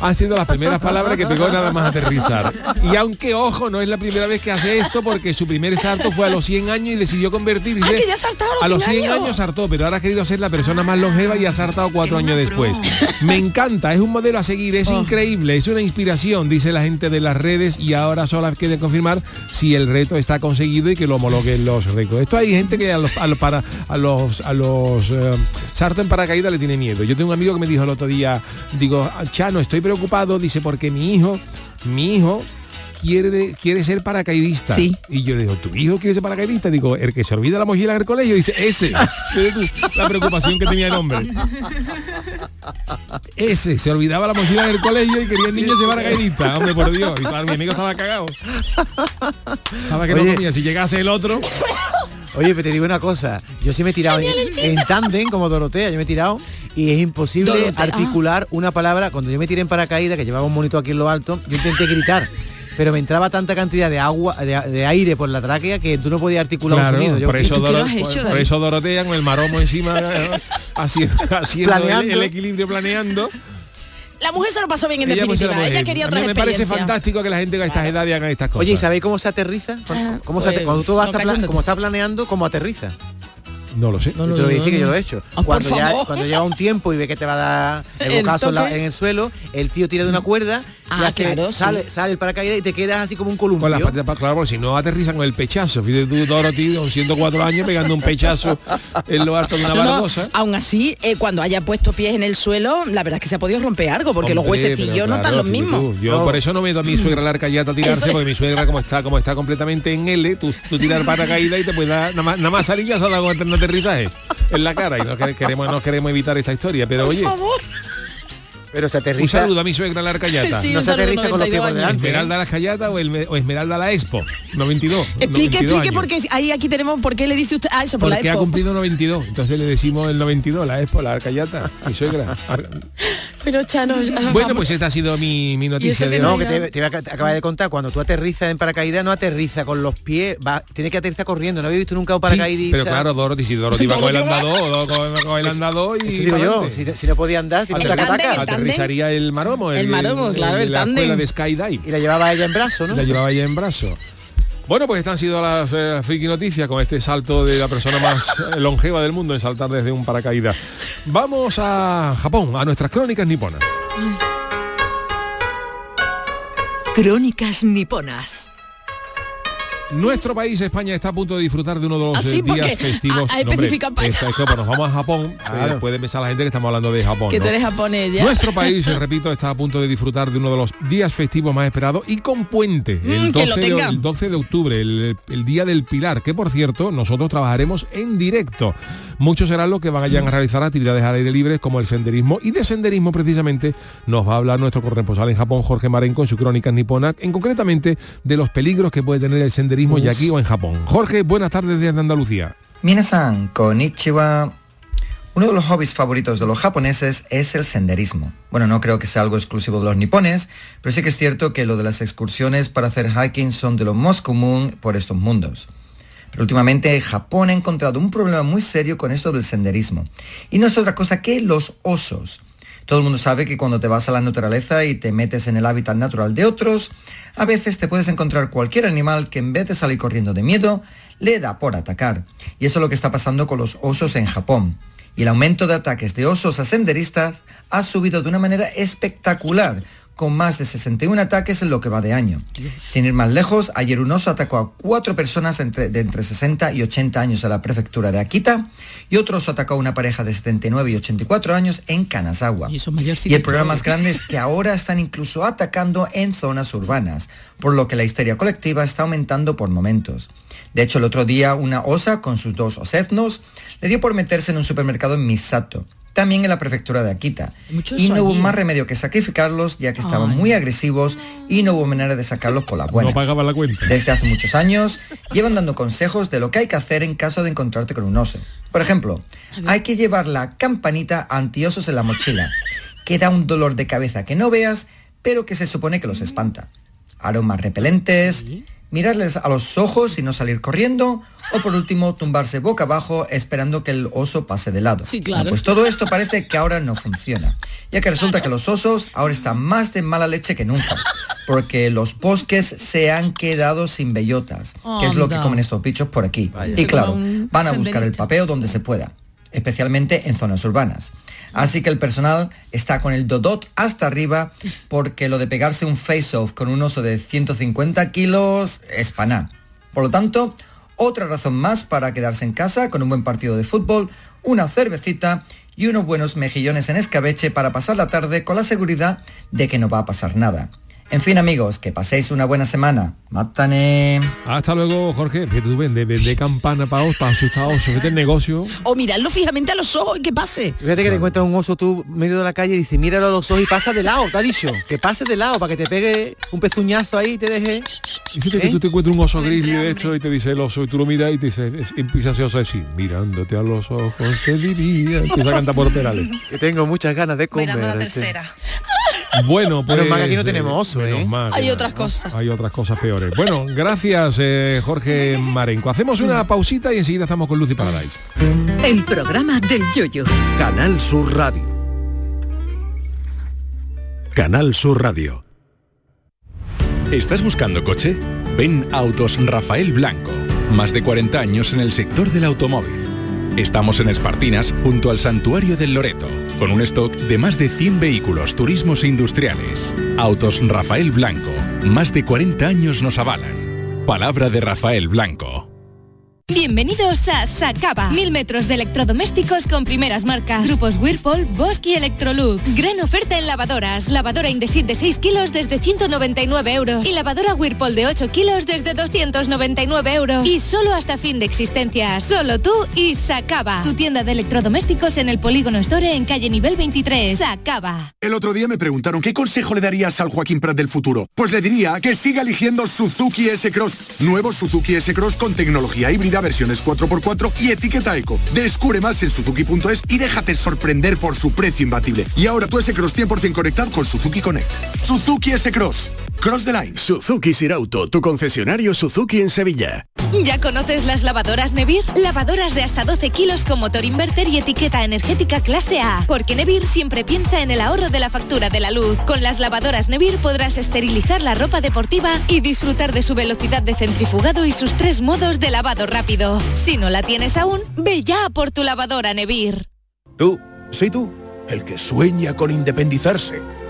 S10: Han sido las primeras palabras que pegó nada más aterrizar. Y aunque, ojo, no es la primera vez que hace esto porque su primer salto fue a los 100 años y decidió convertirse.
S11: Ah, que ya saltaba
S10: a los 100 años saltó, pero ahora ha querido ser la persona más longeva y ha saltado cuatro años después. Me encanta, es un modelo a seguir, es increíble, es una inspiración, dice la gente de las redes y ahora solo quieren confirmar si el reto está conseguido y que lo homologuen los récords. Esto hay gente que a los, a los para, a los, a los eh, saltos en paracaídas le tiene miedo. Yo tengo un amigo que me "Ah, dijo el otro día, digo, Chano, estoy preocupado, dice, porque mi hijo, mi hijo quiere, quiere ser paracaidista.
S15: Sí.
S10: Y yo le digo, ¿tu hijo quiere ser paracaidista? Digo, el que se olvida la mochila en el colegio. Y dice, ese. la preocupación que tenía el hombre. Ese, se olvidaba la mochila en el colegio y quería el niño ser paracaidista. Hombre, por Dios. Y claro, mi amigo estaba cagado. Estaba que no
S12: Oye.
S10: comía. Si llegase el otro...
S12: Oye, pero te digo una cosa, yo sí me he tirado en,
S10: Daniel, el chiste.
S12: en tándem como Dorotea, yo me he tirado y es imposible
S10: Dorotea,
S12: articular una palabra. Cuando yo me tiré en paracaídas, que llevaba un monito aquí en lo alto, yo intenté gritar. Pero me entraba tanta cantidad de agua, de, de aire por la tráquea que tú no podías articular
S10: Claro,
S12: un sonido. Yo-
S10: por, eso Doro-
S12: Dorotea-
S10: por- por eso Dorotea con el maromo encima eh, haciendo, haciendo el-
S12: Planeando.
S10: el equilibrio planeando.
S11: La mujer se lo pasó bien en
S10: Ella, pues,
S11: definitiva.
S10: era mujer.
S11: Ella quería
S10: A mí
S11: otra
S10: me parece
S11: experiencia.
S10: fantástico que la gente con estas edades hagan estas cosas.
S12: Oye, ¿y sabéis cómo se aterriza? ¿Cómo se
S10: pues,
S12: ate- cuando tú vas
S10: no,
S12: a pla-
S10: cálmate.
S12: como está planeando, ¿cómo aterriza?
S10: No lo sé.
S12: Yo te lo dije que yo lo he hecho.
S10: Ah, por
S12: Cuando, ya-
S10: favor.
S12: cuando lleva un tiempo y ve que te va a dar el,
S10: El
S12: bocazo en, la-
S10: toque. Mm.
S12: en el suelo, el tío tira de una cuerda, y
S10: Ah,
S12: hace-
S10: claro, sí.
S12: sale, sale el paracaídas y te quedas así como un
S10: Con las
S12: columpio.
S10: patas para- claro, porque si no aterrizan con el pechazo. Fíjate tú, Dorothy, con 104 años, pegando un pechazo en lo alto de una
S11: No, no,
S10: baragosa.
S11: aún así, eh, cuando haya puesto pies en el suelo, la verdad es que se ha podido romper algo, porque los
S10: Hombre,
S11: huesecillos
S10: pero
S11: no están
S10: claro,
S11: los
S10: fíjate
S11: mismos.
S10: tú. Yo
S11: No.
S10: por eso no meto a mi suegra la arcayata a
S11: Eso
S10: tirarse,
S11: es.
S10: porque mi suegra como está, como está completamente en L, tú, tú tiras paracaídas y te puedes dar, nada más, nada más salir ya se ha dado con un aterrizaje en la cara. Y no quere- queremos, no queremos evitar esta historia. Pero oye,
S12: Pero se aterriza.
S10: un saludo a mi suegra la arcayata.
S12: Sí, No un se saludo, aterriza con los pies por 92 años. delante, ¿eh?
S10: Esmeralda la Cayata o, el- o Esmeralda la Expo. 92. 92
S11: Explique, explique,
S10: años.
S11: porque ahí aquí tenemos por qué le dice usted. Ah, eso por la
S10: Porque ha
S11: expo.
S10: cumplido 92. Entonces le decimos el 92, la Expo, la Arcayata, mi suegra. Ar-
S11: Pero Chano, ah, ya,
S10: Bueno,
S11: vamos.
S10: pues esta ha sido mi, mi noticia de
S12: no,
S10: hoy.
S12: que te, te voy a ac- acabar de contar, cuando tú aterrizas en paracaídas, no aterriza con los pies, va, tiene que aterrizar corriendo, no había visto nunca un
S10: Sí,
S12: paracaidista.
S10: pero claro, Dorothy, si Dorothy va con el andador, con, con el andador y...
S12: Eso digo yo, si, si no podía andar, tiene
S10: Ater-
S12: que atacar.
S10: aterrizaría el maromo,
S12: El maromo, claro, el
S10: la
S12: tándem.
S10: escuela de skydive.
S12: Y la llevaba ella en brazo, ¿no?
S10: La llevaba ella en brazo. Bueno, pues estas han sido las eh, friki noticias con este salto de la persona más eh, longeva del mundo en saltar desde un paracaídas. Vamos a Japón, a nuestras crónicas niponas.
S6: Crónicas niponas.
S10: Nuestro país, España, está a punto de disfrutar de uno de los
S6: Ah, sí,
S10: eh, días
S6: porque
S10: festivos.
S6: ha- ha
S10: No, hombre,
S6: especificado para
S10: esta
S6: allá.
S10: es que, bueno, nos vamos a Japón,
S6: Claro.
S10: eh, puede pensar la gente que estamos hablando de Japón.
S11: que
S10: ¿no?
S11: tú eres japonés ya.
S10: Nuestro país, eh, repito, está a punto de disfrutar de uno de los días festivos más esperados y con puente.
S11: Mm,
S10: el,
S11: que lo
S10: 12 de,
S11: tenga.
S10: el 12 de octubre, el, el Día del Pilar, que por cierto, nosotros trabajaremos en directo. Muchos serán los que
S11: Mm.
S10: vayan a realizar actividades al aire libre como el senderismo y de senderismo precisamente nos va a hablar nuestro corresponsal en Japón, Jorge Marenco, en su crónica nipona, en concretamente de los peligros que puede tener el senderismo ya aquí o en Japón. Jorge, buenas tardes desde Andalucía.
S16: Minasan, konnichiwa. Uno de los hobbies favoritos de los japoneses es el senderismo. Bueno, no creo que sea algo exclusivo de los nipones, pero sí que es cierto que lo de las excursiones para hacer hiking son de lo más común por estos mundos. Pero últimamente Japón ha encontrado un problema muy serio con esto del senderismo. Y no es otra cosa que los osos. Todo el mundo sabe que cuando te vas a la naturaleza y te metes en el hábitat natural de otros, a veces te puedes encontrar cualquier animal que en vez de salir corriendo de miedo, le da por atacar. Y eso es lo que está pasando con los osos en Japón. Y el aumento de ataques de osos a senderistas ha subido de una manera espectacular, con más de 61 ataques en lo que va de año. Sin ir más lejos, ayer un oso atacó a cuatro personas entre- de entre 60 y 80 años en la prefectura de Akita y otro oso atacó a una pareja de 79 y 84 años en Kanazawa. Y, el problema más grande es que ahora están incluso atacando en zonas urbanas, por lo que la histeria colectiva está aumentando por momentos. De hecho, el otro día una osa con sus dos oseznos le dio por meterse en un supermercado en Misato, también en la prefectura de Akita.
S11: Mucho
S16: Y
S11: oso
S16: no hubo
S11: allí.
S16: más remedio que sacrificarlos ya que estaban
S11: Ay.
S16: muy agresivos y no hubo manera de sacarlos por la buena.
S10: No pagaba la cuenta.
S16: Desde hace muchos años llevan dando consejos de lo que hay que hacer en caso de encontrarte con un oso. Por ejemplo, hay que llevar la campanita antiosos en la mochila, que da un dolor de cabeza que no veas, pero que se supone que los espanta. Aromas repelentes, mirarles a los ojos y no salir corriendo, o por último, tumbarse boca abajo esperando que el oso pase de lado.
S11: Sí, claro.
S16: Bueno, pues todo esto parece que ahora no funciona, ya que resulta que los osos ahora están más de mala leche que nunca, porque los bosques se han quedado sin bellotas, que es lo que
S11: Anda.
S16: comen estos bichos por aquí.
S11: Ah, Se
S16: Y
S11: come
S16: claro,
S11: un
S16: van a buscar el
S11: senderito.
S16: papeo donde se pueda, especialmente en zonas urbanas. Así que el personal está con el dodot hasta arriba porque lo de pegarse un face-off con un oso de 150 kilos es paná. Por lo tanto, otra razón más para quedarse en casa con un buen partido de fútbol, una cervecita y unos buenos mejillones en escabeche para pasar la tarde con la seguridad de que no va a pasar nada. En fin, amigos, que paséis una buena semana. Mátane.
S10: Hasta luego, Jorge. Fíjate tú, ven, de, de- de campana para oso, para asustar oso, vete el negocio.
S11: O miradlo fijamente a los ojos y que pase.
S12: Fíjate que te encuentras un oso tú medio de la calle y dices, míralo a los ojos y pasa de lado, te ha dicho. Que pase de lado para que te pegue un pezuñazo ahí y te deje.
S10: Y fíjate que
S12: ¿Eh?
S10: tú te encuentras un oso grizzly de esto y te dice el oso y tú lo miras y te dice, es- empieza ese oso a decir, mirándote a los ojos te diría, empieza a cantar por perales.
S12: Que tengo muchas ganas de comer. este.
S10: Bueno, pues...
S12: Menos mal que aquí no tenemos oso,
S10: menos
S12: ¿eh?
S10: mal que
S11: Hay
S10: no.
S11: otras cosas.
S10: Hay otras cosas peores. Bueno, gracias eh, Jorge Marenco. Hacemos una pausita y enseguida estamos con Lucy Paradise.
S6: El programa del Yoyo.
S17: Canal Sur Radio.
S18: Canal Sur Radio. ¿Estás buscando coche? Ven a Autos Rafael Blanco. Más de 40 años en el sector del automóvil. Estamos en Espartinas, junto al Santuario del Loreto, con un stock de más de 100 vehículos turismos e industriales. Autos Rafael Blanco. Más de 40 años nos avalan. Palabra de Rafael Blanco.
S5: Bienvenidos a Sacaba. Mil metros de electrodomésticos con primeras marcas. Grupos Whirlpool, Bosch y Electrolux. Gran oferta en lavadoras. Lavadora Indesit de 6 kilos desde 199 euros. Y lavadora Whirlpool de 8 kilos desde 299 euros. Y solo hasta fin de existencia. Solo tú y Sacaba. Tu tienda de electrodomésticos en el Polígono Store en calle nivel 23. Sacaba.
S19: El otro día me preguntaron qué consejo le darías al Joaquín Prat del futuro. Pues le diría que siga eligiendo Suzuki S-Cross. Nuevo Suzuki S-Cross con tecnología híbrida, versiones 4x4 y etiqueta eco. Descubre más en suzuki.es y déjate sorprender por su precio imbatible. Y ahora tu S-Cross 100% conectado con Suzuki Connect. Suzuki S-Cross. Cross the line.
S20: Suzuki Sirauto, tu concesionario Suzuki en Sevilla.
S5: ¿Ya conoces las lavadoras Nevir? Lavadoras de hasta 12 kilos con motor inverter y etiqueta energética clase A. Porque Nevir siempre piensa en el ahorro de la factura de la luz. Con las lavadoras Nevir podrás esterilizar la ropa deportiva y disfrutar de su velocidad de centrifugado y sus tres modos de lavado rápido. Si no la tienes aún, ve ya a por tu lavadora Nevir.
S21: Tú, sí tú, el que sueña con independizarse.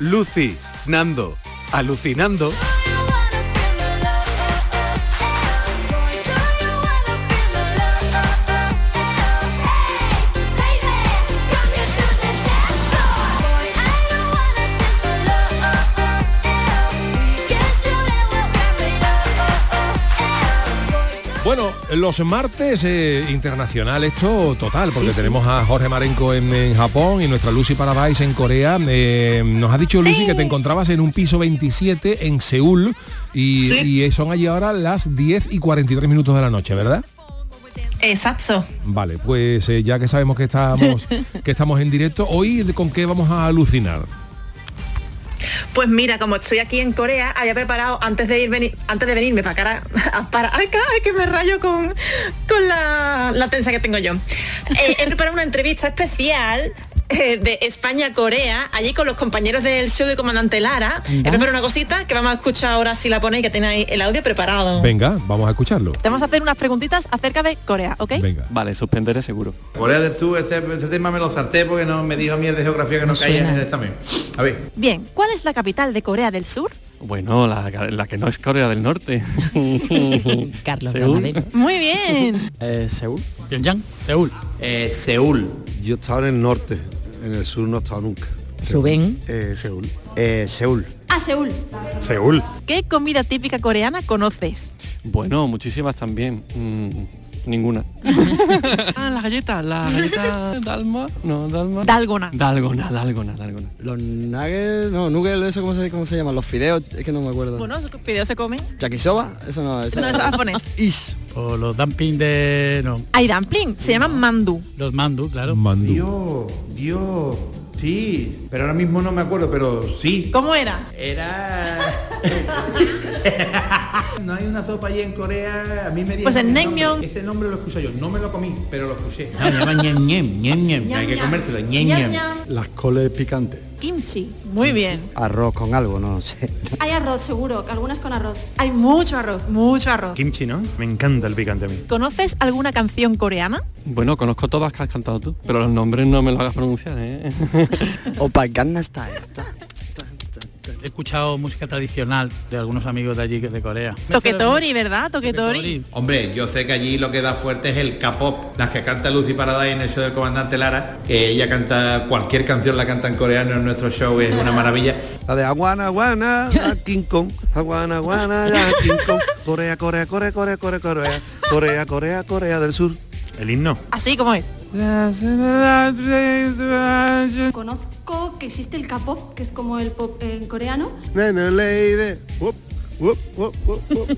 S17: Lucy. Nando. Alucinando.
S10: Bueno, los martes eh, internacional esto total, porque
S22: Sí, sí.
S10: tenemos a Jorge Marenco en, en Japón y nuestra Lucy Paradise en Corea. Eh, nos has dicho, Lucy, que te encontrabas en un piso 27 en Seúl y, y son allí ahora las 10 y 43 minutos de la noche, ¿verdad?
S14: Exacto.
S10: Vale, pues eh, ya que sabemos que estamos, que estamos en directo, hoy de- con qué vamos a alucinar.
S14: Pues mira, como estoy aquí en Corea, había preparado antes de ir veni- antes de venirme para cara para acá, ay, que me rayo con, con la, la tensa que tengo yo. Eh, he preparado una entrevista especial eh, de España a Corea, allí con los compañeros del show de Comandante Lara. He
S10: Vale.
S14: preparado una cosita que vamos a escuchar ahora si la ponéis que tenéis el audio preparado.
S10: Venga, vamos a escucharlo.
S14: Te vamos a hacer unas preguntitas acerca de Corea, ¿ok?
S23: Vale, suspenderé seguro.
S24: Corea del Sur, este, este tema me lo salté porque no me dijo a mí el de geografía que no,
S23: No
S24: caía en
S23: suena.
S24: el examen. A ver.
S14: Bien, ¿cuál es la capital de Corea del Sur?
S23: Bueno, la, la que no es Corea del Norte.
S14: Carlos
S23: Seúl.
S14: Muy bien.
S25: Eh, Seúl. Pyongyang. Seúl. Seúl. Yo estaba en el norte, en el sur no he estado nunca.
S11: Rubén.
S25: Eh, Seúl. Eh, Seúl.
S14: A Seúl.
S25: Seúl.
S14: ¿Qué comida típica coreana conoces?
S23: Bueno, muchísimas también. Mm, ninguna.
S14: Ah, las galletas, las
S23: galletas Dalma, no, Dalma.
S14: Dalgona.
S23: Dalgona, Dalgona, Dalgona.
S25: Los nuggets, no, nuggets, eso cómo se, cómo se llaman, los fideos, es que no me acuerdo.
S14: Bueno, esos fideos se comen.
S25: Yakisoba, eso no, eso
S14: No, eso japonés.
S25: Ish.
S26: O los dumping de... No,
S14: Hay dumpling, se llaman mandu.
S26: los mandu, claro.
S10: Mandu.
S26: Dios, Dios.
S27: Sí, pero ahora mismo no me acuerdo, pero sí.
S14: ¿Cómo era?
S27: Era... no hay una sopa allí en Corea, a mí me
S14: Pues
S27: dijeron
S14: el
S27: nombre.
S14: naengmyeon.
S27: Ese nombre lo escuché yo, no me lo comí, pero lo escuché.
S28: No, se llama ñem, ñem, ñem, ñem.
S27: Hay que
S14: ñam.
S27: comértelo, ñem,
S14: Ñam,
S27: ñem.
S14: ñam.
S28: Las coles picantes.
S14: Kimchi. Muy bien.
S28: Arroz con algo, no sé.
S14: Hay arroz seguro, que algunas con arroz. Hay mucho arroz, mucho arroz.
S2: Kimchi, ¿no? Me encanta el picante a mí.
S14: ¿Conoces alguna canción coreana?
S23: Bueno, conozco todas que has cantado tú, pero los nombres no me los hagas pronunciar, ¿eh?
S3: Opa, Gangnam Style. He escuchado música tradicional de algunos amigos de allí, de Corea.
S14: Toquetori, ¿verdad? Toquetori.
S27: Hombre, yo sé que allí lo que da fuerte es el K-pop, las que canta Lucy Paradise en el show del comandante Lara, que ella canta cualquier canción la canta en coreano en nuestro show, es una maravilla.
S28: La de Aguana, Aguana, a King Kong. Aguana, Aguana, a King Kong. Corea, Corea, Corea, Corea, Corea, Corea. Corea, Corea, Corea del Sur. El himno.
S14: Así como es.
S29: Conozco que existe el K-pop, que es como el pop en coreano.
S28: Nene, lady. Up, up, up, up, up.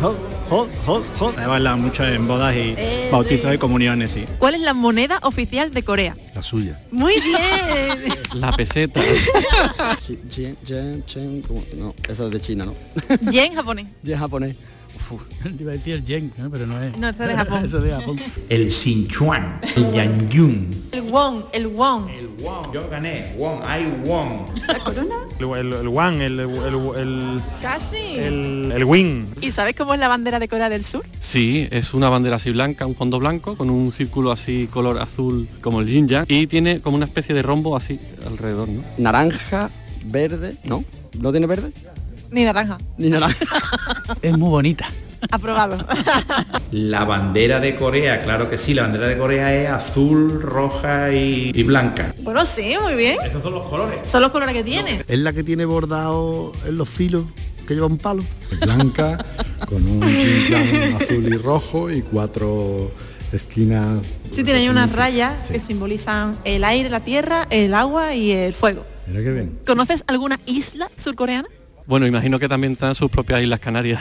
S3: Hot, hot, hot, hot. He bailado mucho en bodas y
S14: Eh,
S3: bautizos
S14: sí.
S3: y comuniones, sí.
S14: ¿Cuál es la moneda oficial de Corea?
S3: La suya.
S14: Muy bien.
S2: La peseta.
S30: Yen, yen, chen, como- no, esa es de China, ¿no?
S14: Yen japonés.
S30: Yen japonés. Uf, te iba a decir el yen, ¿no? pero no es.
S14: No, eso es de Japón.
S30: Eso es de Japón.
S28: El Sichuan, el Yangyun.
S14: El won, el won.
S27: Yo gané, won, I won.
S2: El, el, el Wan, el, el, el,
S14: Casi.
S2: el, el Win.
S14: ¿Y sabes cómo es la bandera de Corea del Sur?
S23: Sí, es una bandera así blanca, un fondo blanco, con un círculo así color azul como el yin yang, y tiene como una especie de rombo así alrededor, ¿no?
S30: Naranja, verde, ¿no? ¿No tiene verde?
S14: Ni naranja.
S30: Ni naranja. es muy bonita.
S14: Aprobado.
S27: La bandera de Corea, claro que sí, la bandera de Corea es azul, roja y, y blanca.
S14: bueno, sí, muy bien.
S27: Esos son los colores.
S14: Son los colores que tiene.
S28: Es la que tiene bordado en los filos, que lleva un palo. Blanca, con un
S14: yin-yang
S28: azul y rojo y cuatro esquinas.
S14: Sí, tiene ahí unas rayas que simbolizan el aire, la tierra, el agua y el fuego.
S23: Mira qué bien.
S14: ¿Conoces alguna isla surcoreana?
S23: Bueno, imagino que también están sus propias Islas Canarias.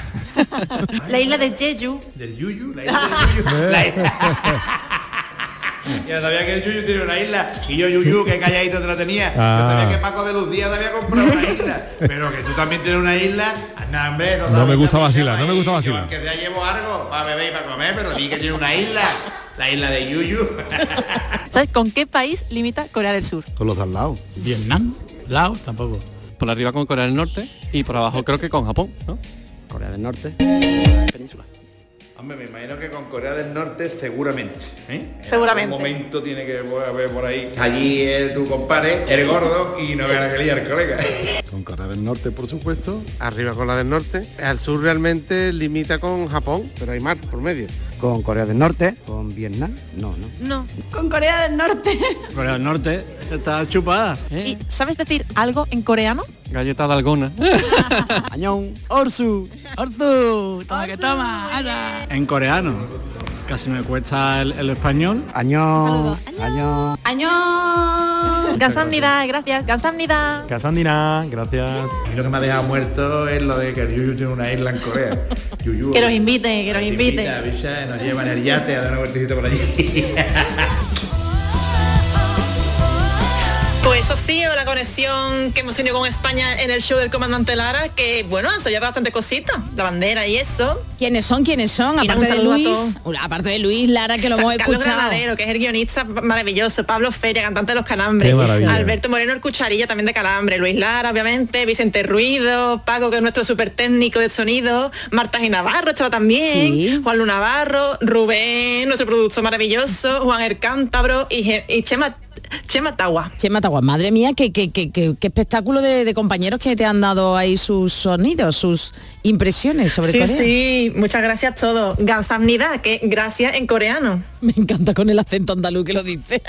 S14: La isla de Jeju.
S27: Del Yuyu, la isla del Yuyu. La isla- Yo sabía que el Yuyu tiene una isla y yo Yuyu que calladito te la tenía. Yo
S10: Ah.
S27: sabía que Paco de Lucía te había comprado una isla. Pero que tú también tienes una isla. Nah, hombre, no,
S10: No me
S27: sabía.
S10: gusta vacilar, no me gusta vacilar.
S27: Que ya llevo algo para beber y para comer, pero di que tiene una isla. La isla de Yuyu.
S14: ¿Sabes con qué país limita Corea del Sur?
S23: Con los de al lado. Vietnam, Laos tampoco. Por arriba con Corea del Norte y por abajo creo que con Japón, ¿no? Corea del Norte.
S27: Hombre, me imagino que con Corea del Norte seguramente. ¿eh?
S14: Seguramente.
S27: En algún momento tiene que haber por ahí. Allí es tu compadre, el gordo, y no ganas que liar, colega.
S28: Con Corea del Norte, por supuesto. Arriba con la del Norte. Al sur realmente limita con Japón, pero hay mar por medio.
S30: Con Corea del Norte, con Vietnam, no, no.
S14: No. Con Corea del Norte.
S30: Corea del Norte está chupada.
S23: ¿eh?
S14: ¿Y sabes decir algo en coreano?
S23: Galleta dalgona.
S30: Añón, Orsu, Orsu, toma que toma, ala. En coreano. Casi me cuesta el, el español. Añón, añón.
S14: Año. Gansamnida, gracias. Gansamnida.
S27: Casandina, gracias. Y lo que me ha dejado muerto es lo de que el Yuyu tiene una isla en Corea. Yuyu.
S14: Que nos inviten, que nos
S27: nos
S14: inviten.
S27: invita, bicha, nos llevan el yate a dar una vueltecita por allí.
S14: Pues eso sí, la conexión que hemos tenido con España en el show del comandante Lara, que bueno, han salido bastante cositas, la bandera y eso.
S11: ¿Quiénes son? ¿Quiénes son?
S14: Y nada,
S11: Aparte
S14: un
S11: de
S14: saludo a
S11: Luis,
S14: todos.
S11: aparte de Luis Lara, que lo hemos
S14: Carlos
S11: escuchado.
S14: Granadero, que es el guionista maravilloso, Pablo Feria, cantante de los Calambres,
S11: Qué maravilla.
S14: Alberto Moreno, el Cucharilla, también de Calambre, Luis Lara, obviamente, Vicente Ruido, Paco, que es nuestro súper técnico de sonido, Marta G. Navarro estaba también, Juan Lu Navarro, Rubén, nuestro productor maravilloso, Juan el Cántabro y, Ge- y Chema, Chema Tawa.
S11: Chema Tahuas, madre mía, qué, qué, qué, qué- qué espectáculo de, de compañeros que te han dado ahí sus sonidos, sus impresiones sobre
S14: sí,
S11: Corea.
S14: sí, muchas gracias a todos. Gansamnida, que gracias en coreano.
S11: Me encanta con el acento andaluz que lo dice.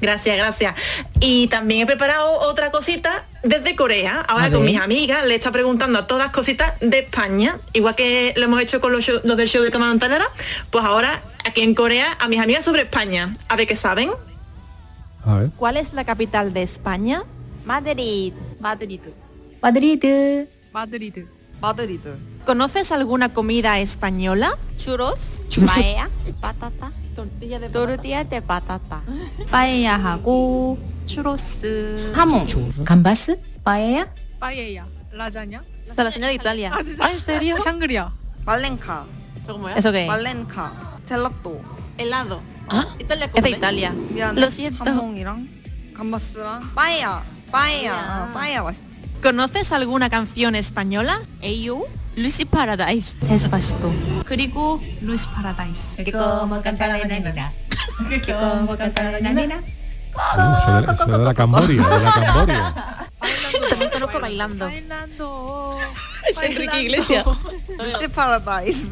S14: Gracias, gracias. Y también he preparado otra cosita desde Corea. Ahora
S11: A
S14: con
S11: ver.
S14: mis amigas le está preguntando a todas cositas de España, igual que eh, lo hemos hecho con los, show- los del show de Comandante Lara, pues ahora aquí en Corea a mis amigas sobre España. A ver qué saben.
S10: A ver.
S14: ¿Cuál es la capital de España?
S5: Madrid. Madrid. Madrid. Madrid.
S14: Madrid.
S31: ¿Conoces alguna comida española?
S5: Churros,
S31: Churros.
S5: paella, patata, tortilla de patata, tortilla de patata paell하고 churros, jamón,
S6: Gambas, paella,
S5: paella, lasaña.
S31: La lasaña de Italia.
S5: Ah, sí, sí.
S31: Ah, ¿en serio? Sangría.
S5: Palenca. ¿Eso cómo es?
S31: ¿Eso qué?
S5: Palenca. Gelato. Helado. Italia
S31: Es de
S5: comen.
S31: Italia.
S5: 미안해.
S31: Lo siento.
S5: jamón이랑 감바스랑 paella, paella, paella 맛있-
S31: ¿Conoces alguna canción española?
S5: AU Lucy Paradise Despacito 그리고 Lucy Paradise que como cantar la nena que como cantar la nena
S10: Eso de, eso de la Camboria, de la Camboria.
S31: También conozco bailando.
S5: es Enrique Iglesias Lucy Paradise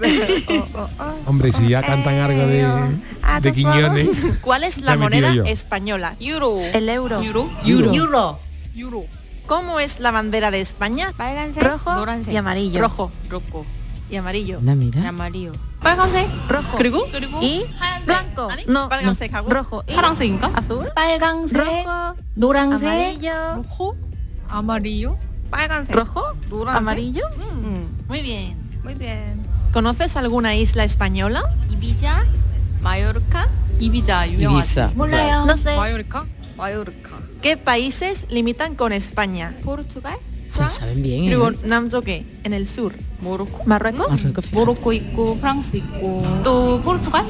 S31: Oh,
S10: Hombre, si ya cantan algo de, de Quiñones.
S31: ¿Cuál es la
S10: Ya me tiro
S31: moneda
S10: yo.
S31: española? Euro. El euro. Euro.
S10: Euro.
S31: Euro. ¿Cómo es la bandera de España? rojo y amarillo. Rojo. Rojo. Y amarillo.
S6: mira.
S31: Amarillo. 빨간색. Rojo. 그리고 y blanco. No, 빨간색하고 rojo. y azul. rojo.
S6: 노랑색,
S31: amarillo. Rojo.
S5: 아,
S31: Amarillo.
S5: 빨간색
S31: Rojo.
S5: 노란색.
S31: Amarillo. Mm, Muy bien.
S5: muy bien
S31: ¿Conoces alguna isla española?
S5: Ibiza Mallorca Ibiza
S31: Ibiza. 몰라요.
S5: no sé
S31: Mallorca.
S5: Mallorca
S31: ¿Qué países limitan con España?
S5: Portugal
S31: Se
S6: saben bien,
S31: Luego,
S6: ¿eh?
S31: Namjoke, en el sur. Morocco. Marruecos. Morocco
S5: 있고 프랑스 있고 또 포르투갈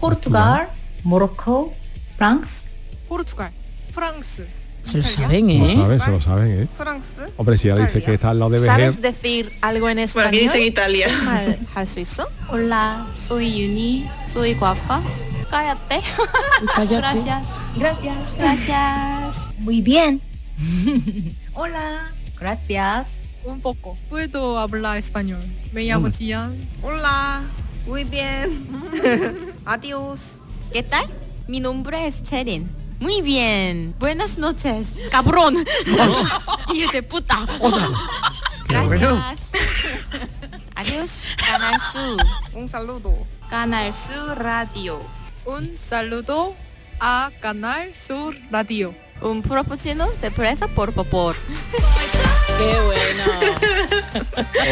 S6: Portugal, Morocco, France.
S5: 포르투갈 프랑스
S10: Se lo
S6: saben,
S10: Se lo saben, se lo saben, ¿eh?
S5: 프랑스
S10: Hombre, si ya dice que está al lado de Vejer.
S31: ¿Sabes decir algo en español?
S5: aquí dicen Italia.
S31: Sí, al, al suizo.
S5: Hola, soy Yuni, soy guapa. Cállate.
S6: cállate.
S5: Gracias. Gracias. Gracias.
S6: Muy bien.
S5: Hola.
S6: Gracias.
S5: Un poco. Puedo hablar español. Me llamo
S6: Mm.
S5: Tian. Hola. Muy bien. Adiós. ¿Qué tal? Mi nombre es Cherin. Muy bien. Buenas noches. Cabrón. Hijo de puta. Adiós, Canal Sur. Un saludo. Canal Sur Radio. Un saludo a Canal Sur Radio. Un propuchino de presa, por favor.
S11: Qué bueno.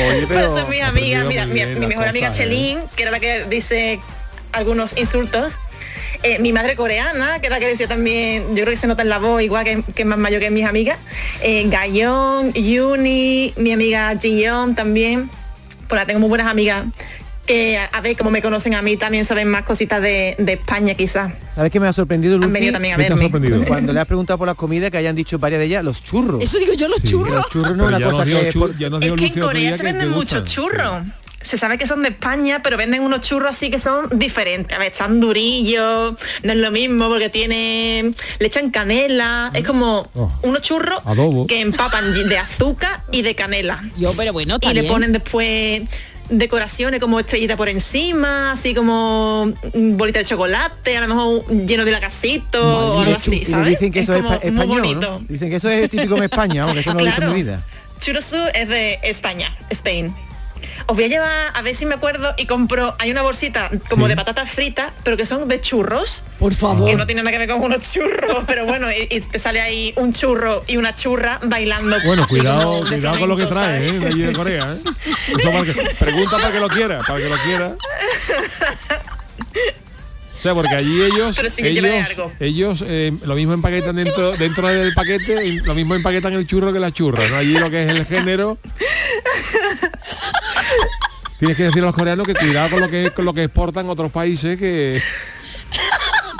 S14: Oye, pero- Pues, mi ha amiga, aprendido mira, muy mi, bien mi las mejor amiga cosas, ¿eh? Chelín, Chelín, que era la que dice algunos insultos. Eh, mi madre coreana, que es la que decía también, yo creo que se nota en la voz, igual que, que es más mayor que mis amigas. Eh, Gallón, Yuni, mi amiga Jiyeon también. Pues la tengo muy buenas amigas. Que a, a ver, como me conocen a mí, también saben más cositas de, de España quizás.
S12: ¿Sabes qué me ha sorprendido, Lucy?
S14: venido también a ¿Qué te ha verme. sorprendido?
S12: Cuando le has preguntado por las comidas que hayan dicho varias de ellas, los churros.
S14: Eso digo yo, los Sí. churros.
S12: Los churros no
S14: Pero
S12: es
S14: ya
S12: una cosa
S14: nos dio
S12: que...
S14: chur-
S12: por-
S14: ya nos dio Es que en Lucy otro Corea día se que venden te muchos gustan. churros. Se sabe que son de España, pero venden unos churros así que son diferentes. A ver, están durillos, no es lo mismo porque tiene, le echan canela, es como unos churros
S11: Adobo.
S14: que empapan de azúcar y de canela.
S11: Yo, pero bueno,
S14: y le
S11: también.
S14: ponen después decoraciones como estrellita por encima, así como mm, bolita de chocolate, a lo mejor lleno de lacasito o algo así,
S12: Y le
S14: ¿sabes?
S12: dicen que eso es
S14: como
S12: espa-
S14: muy
S12: español,
S14: bonito.
S12: ¿no? Dicen que eso es típico en España, aunque eso no lo he dicho en mi vida.
S14: Churrosu es de España, Spain. Os voy a llevar, a ver si me acuerdo, y compro, hay una bolsita como de patatas fritas, pero que son de churros.
S11: Por
S12: Ah.
S11: favor.
S14: Que no tiene nada que ver con unos churros, pero bueno, y, y te sale ahí un churro y una churra bailando.
S10: Bueno,
S14: así
S10: cuidado,
S14: como de
S10: cuidado con lo que
S14: flamenco,
S10: trae, ¿eh?
S14: ¿sabes?
S10: De allí de Corea, ¿eh? Eso para que- pregunta para que lo quiera, para que lo quiera. O sea, porque allí ellos,
S14: Pero sí que lleva de
S10: ellos,
S14: algo.
S10: ellos eh, lo mismo empaquetan dentro, dentro del paquete, y lo mismo empaquetan el churro que la churra, ¿no? Allí lo que es el género. Tienes que decir a los coreanos que cuidado con lo que, con lo que exportan otros países que,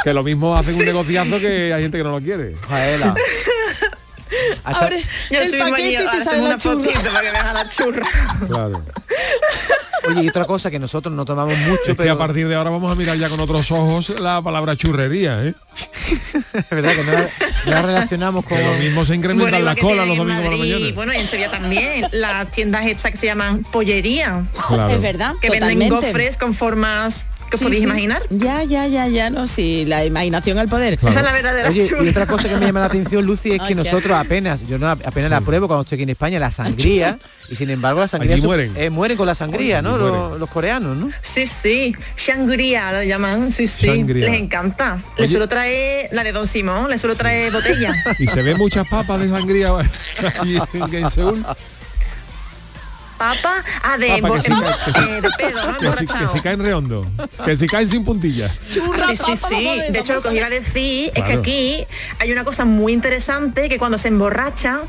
S10: que lo mismo hacen un negociazo que hay gente que no lo quiere.
S12: Jaela.
S14: Abre el paquete y te sale la churra. Para que veas a la churra.
S10: Ah, Claro.
S12: Oye, y otra cosa que nosotros no tomamos mucho,
S10: Es que
S12: pero
S10: a partir de ahora vamos a mirar ya con otros ojos la palabra churrería, ¿eh?
S12: es verdad que no la, no la relacionamos con...
S14: Eh.
S10: Lo mismo se incrementan
S14: igual
S10: las
S14: que
S10: colas
S14: tienen
S10: los
S14: en
S10: domingos por la
S14: Madrid,
S10: mañana.
S14: Bueno, y en Sevilla también. Las tiendas estas que se llaman pollería.
S10: Claro. Es
S14: verdad. Que venden
S11: totalmente.
S14: gofres con formas que os
S11: Sí,
S14: podéis
S11: sí.
S14: imaginar.
S11: Ya, ya, ya, ya, no, sí, la imaginación al poder.
S12: Oye, y otra cosa que me llama la atención, Lucy, es
S11: Ay,
S12: que
S11: qué
S12: nosotros apenas, yo no apenas la pruebo cuando estoy aquí en España, la sangría, y sin embargo la sangría...
S14: Allí
S12: su-
S14: mueren.
S12: eh, mueren con la sangría,
S14: Allí
S12: ¿no? Los,
S14: mueren.
S12: los coreanos, ¿no?
S14: Sí, sí. Shangria lo llaman. Sí, sí.
S12: Shangria.
S14: Les encanta. Les
S10: Oye.
S14: suelo traer la de Don Simón, les suelo traer botella.
S10: Y se ven muchas papas de sangría allí en, en Seúl.
S14: papa, ah, de,
S10: Papa, que
S14: embor-
S10: sí, que sí.
S14: eh, de pedo, ¿no?
S10: Que si, que si caen redondo, que si caen sin puntillas.
S14: Ah, sí, sí, sí. De hecho, lo que os iba a decir es que
S10: Claro.
S14: aquí hay una cosa muy interesante que cuando se emborrachan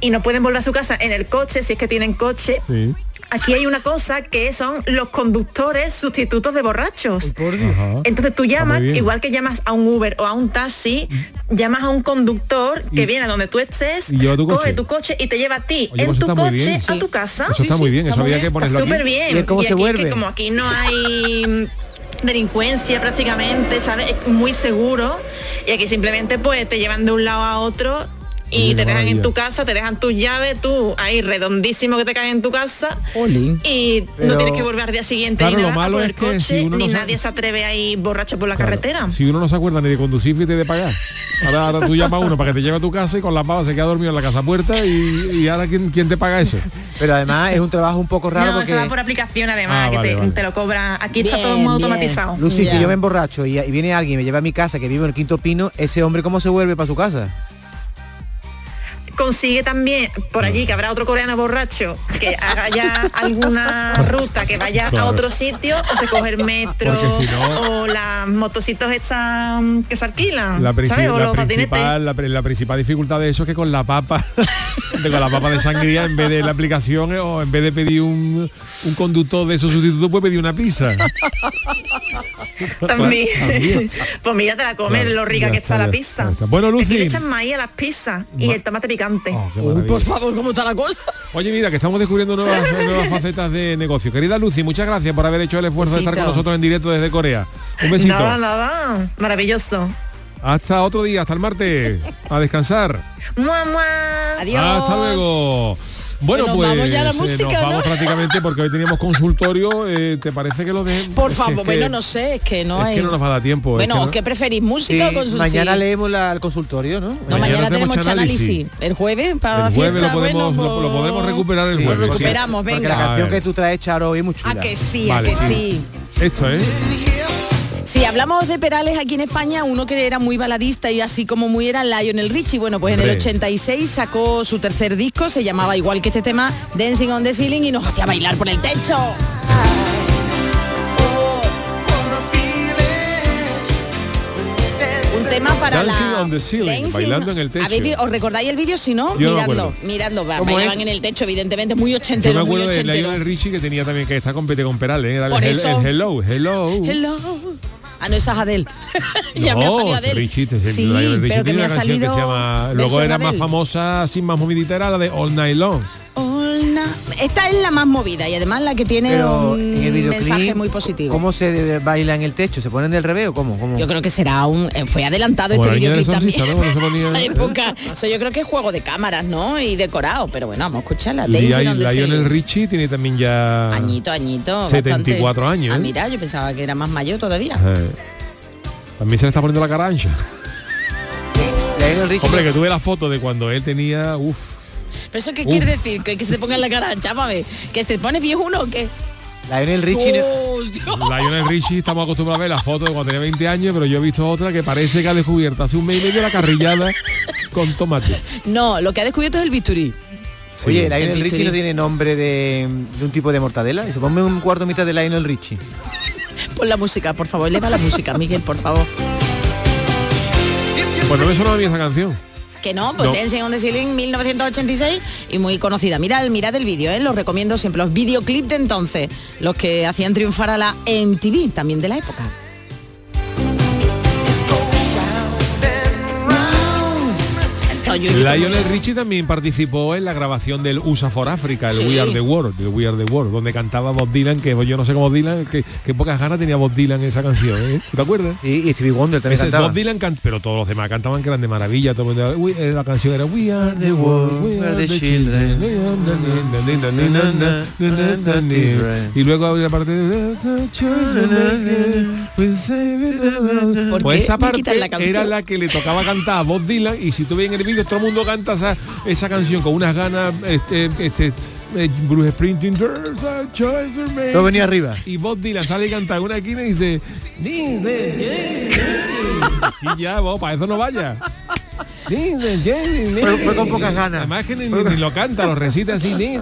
S14: y no pueden volver a su casa en el coche, si es que tienen coche,
S10: Sí.
S14: aquí hay una cosa que son los conductores sustitutos de borrachos.
S10: Ajá.
S14: Entonces tú llamas,
S10: Ah, muy bien. Mm.
S14: igual que llamas a un Uber o a un taxi, llamas a un conductor que
S10: Y-
S14: viene a donde tú estés,
S10: y lleva tu
S14: coge
S10: coche.
S14: tu coche y te lleva a ti
S10: Oye,
S14: en
S10: pues
S14: tu
S10: está muy
S14: coche
S10: bien.
S14: a tu casa.
S10: Eso está Sí, muy sí, bien, está eso muy había bien. que ponerlo
S14: Está
S10: aquí.
S14: súper bien.
S10: ¿Y es cómo se
S14: aquí es que
S10: vuelve?
S14: como aquí no hay mm, delincuencia prácticamente, ¿sabes? Es muy seguro. Y aquí simplemente pues te llevan de un lado a otro y
S11: Uy,
S14: te dejan en
S11: maravilla.
S14: tu casa, te dejan tus llaves, tú ahí redondísimo que te caes en tu casa.
S11: Olín.
S14: Y
S10: Pero-
S14: no tienes que volver al día siguiente
S10: Claro,
S14: ni
S10: lo
S14: nada
S10: malo
S14: por el
S10: es que
S14: coche,
S10: si uno
S14: ni
S10: no sabe-
S14: nadie se atreve ahí borracho por la carretera.
S10: Si uno no se acuerda ni de conducir ni de pagar. Ahora, ahora tú llamas a uno para que te lleve a tu casa y con la pava se queda dormido en la casa puerta y, y ahora ¿quién, quién te paga eso.
S12: Pero además es un trabajo un poco raro
S14: no,
S12: porque...
S14: eso va por aplicación además,
S12: Ah,
S14: que
S12: vale,
S14: te,
S12: vale.
S14: te lo cobra. Aquí está todo muy automatizado.
S12: Lucy, si yo me emborracho y, y viene alguien y me lleva a mi casa que vivo en el quinto pino, ese hombre cómo se vuelve para su casa.
S14: Consigue también por allí que habrá otro coreano borracho que haga ya alguna ruta, que vaya
S10: Claro.
S14: a otro sitio, o se coge el metro,
S10: Porque si no-
S14: o las motocitos estas mm, que se alquilan,
S10: La, princi-
S14: ¿sabes? O
S10: la
S14: los patinetes.
S10: principal, la, pri- la principal dificultad de eso es que con la papa, de- con la papa de sangría, en vez de la aplicación eh, o en vez de pedir un, un conductor de esos sustitutos, puede pedir una pizza. Oh,
S14: Pues,
S10: Pues,
S14: También.
S10: También.
S14: pues mira, te la comes
S10: Claro,
S14: lo rica
S10: ya
S14: que
S10: está,
S14: está, la
S10: ya
S14: pizza.
S10: está, ya está. Bueno,
S14: Es que
S10: Lucy.
S14: le echan maíz a las pizzas y
S10: Ma- Oh,
S14: el tomate picante.
S10: qué maravilla. por favor,
S14: ¿cómo está la cosa?
S10: Oye, mira, que estamos descubriendo nuevas, nuevas facetas de negocio. Querida Lucy, muchas gracias por haber hecho el esfuerzo de estar
S14: Besito.
S10: con nosotros en directo desde Corea. Un besito.
S14: Nada, nada. Maravilloso.
S10: Hasta otro día, hasta el martes. A descansar.
S14: Mua, mua.
S10: Ah, Hasta luego. Bueno,
S14: Que nos
S10: pues
S14: vamos ya a la
S10: eh,
S14: música,
S10: nos
S14: ¿no?
S10: vamos prácticamente porque hoy teníamos consultorio. eh, ¿Te parece que lo de
S11: Por
S10: es que-
S11: favor,
S10: es que-
S11: bueno, no sé, es que no
S10: es
S11: hay.
S10: que no nos va a dar tiempo. es
S11: bueno,
S10: que no-
S11: ¿qué preferís? ¿Música
S12: Sí,
S11: o consultorio?
S12: mañana leemos la- el consultorio, ¿no? Eh,
S11: No, mañana, tenemos análisis. El jueves para
S12: El
S11: la
S12: jueves
S11: fiesta,
S12: lo
S11: bueno,
S12: podemos-
S11: pues-
S12: lo- lo podemos recuperar el jueves,
S11: Lo
S12: sí.
S11: recuperamos,
S12: Porque
S11: venga.
S12: la canción que tú traes, Charo, hoy es muy
S11: Ah,
S12: chula.
S11: que sí, a
S12: Vale,
S11: que sí.
S10: Esto ¿eh? es.
S11: Si hablamos de Perales aquí en España, uno que era muy baladista y así como muy era Lionel Richie. Bueno, pues en el
S32: Hombre.
S11: 86 sacó su tercer disco, se llamaba igual que este tema, Dancing on the Ceiling y nos hacía bailar por el techo. Un tema para
S10: Dancing
S11: la
S10: on the ceiling, bailando en el techo.
S11: ¿Habéis vi- ¿Os recordáis el vídeo? Si
S10: Yo
S11: no,
S10: no me
S11: miradlo,
S10: acuerdo.
S11: miradlo, va,
S10: ¿Cómo
S11: bailaban
S10: es?
S11: en el techo, evidentemente, muy
S10: Yo me
S11: ochentero, muy
S10: acuerdo de
S11: ochentero.
S10: Lionel Richie que tenía también que está compete con Perales. ¿eh? Era el,
S11: Por
S10: el-
S11: eso.
S10: el hello, hello.
S11: Hello. Ah, no, esa es Adele. ya me ha
S10: No,
S11: salido Adele.
S10: Richie, te-
S11: sí,
S10: Lionel Richie
S11: pero que
S10: tenía una
S11: me ha
S10: canción que
S11: salido...
S10: se llama- Luego
S11: versión
S10: era más
S11: Adele.
S10: famosa, sin más movidita, era la de All Night Long.
S11: Hola. Esta es la más movida y además la que tiene
S12: Pero
S11: un
S12: en el videoclip,
S11: mensaje muy positivo.
S12: ¿Cómo se de- baila en el techo? ¿Se ponen del revés o cómo? ¿Cómo?
S11: Yo creo que será un... eh, Fue adelantado
S12: Bueno,
S11: este
S12: ahí era el
S11: videoclip también.
S12: sonrisa, ¿no? Cuando se ponía-
S10: ¿eh?
S11: La época. So, yo creo que es juego de cámaras, ¿no? Y decorado, pero bueno, vamos a escucharla.
S10: Y
S11: Dancing
S10: ahí
S11: on the
S10: Lionel
S11: Ceiling.
S10: Richie tiene también ya...
S11: Añito, añito.
S10: 74
S11: bastante.
S10: años,
S11: Ah,
S10: ¿eh?
S11: mira, yo pensaba que era más mayor todavía.
S10: Eh, También se le está poniendo la cara ancha. Hombre, que tuve la foto de cuando él tenía... Uf,
S11: ¿Pero eso qué
S10: Uf.
S11: quiere decir? ¿Que, que se te ponga en la cara, chámame. ¿Que se te pone viejuno o qué?
S12: Lionel
S10: Richie-
S11: Dios, Dios.
S10: Lionel Richie estamos acostumbrados a ver la foto de cuando tenía 20 años, pero yo he visto otra que parece que ha descubierto hace un mes y medio la carrillada con tomate.
S11: No, lo que ha descubierto es el bisturí.
S12: Oye,
S11: El
S12: Lionel
S11: bisturí.
S12: Richie no tiene nombre de, de un tipo de mortadela. Dice, ponme un cuarto mitad de Lionel Richie.
S11: Pon la música, por favor, eleva la música, Miguel, por favor.
S10: Pues no me sonaba bien esa canción.
S11: Que no, pues
S10: No.
S11: Dancing on the Ceiling 1986 y muy conocida. Mirad, mirad el vídeo, ¿eh? Los recomiendo siempre, los videoclips de entonces, los que hacían triunfar a la MTV, también de la época.
S10: Lionel Richie también participó en la grabación del USA for Africa, el
S11: Sí.
S10: We Are the World, el We Are the World, donde cantaba Bob Dylan, que yo no sé cómo Dylan, que, que pocas ganas tenía Bob Dylan en esa canción, ¿eh? ¿Te acuerdas?
S12: Sí, y Stevie Wonder también
S10: Ese
S12: cantaba.
S10: Bob Dylan can- pero todos los demás cantaban que eran de maravilla, todo el mundo- We- eh, la canción era We Are the World, We Are the Children. we are the- na, na, na, na, na, na, na, na. Y luego había la parte de
S11: ¿Por
S10: Pues
S11: qué
S10: esa
S11: me
S10: parte
S11: quitan la canción?
S10: era la que le tocaba cantar a Bob Dylan y si tú ves en el vídeo todo el mundo canta esa, esa canción con unas ganas este, este eh, Bruce Springsteen "There's a choice to make".
S12: Todo venía arriba.
S10: y Bob Dylan sale y canta en una esquina y dice "Dile, dile". y ya vos para eso no vaya
S28: Fue- fue con pocas ganas.
S10: Además que ni, ni- ni lo canta, lo recita así.
S11: Hay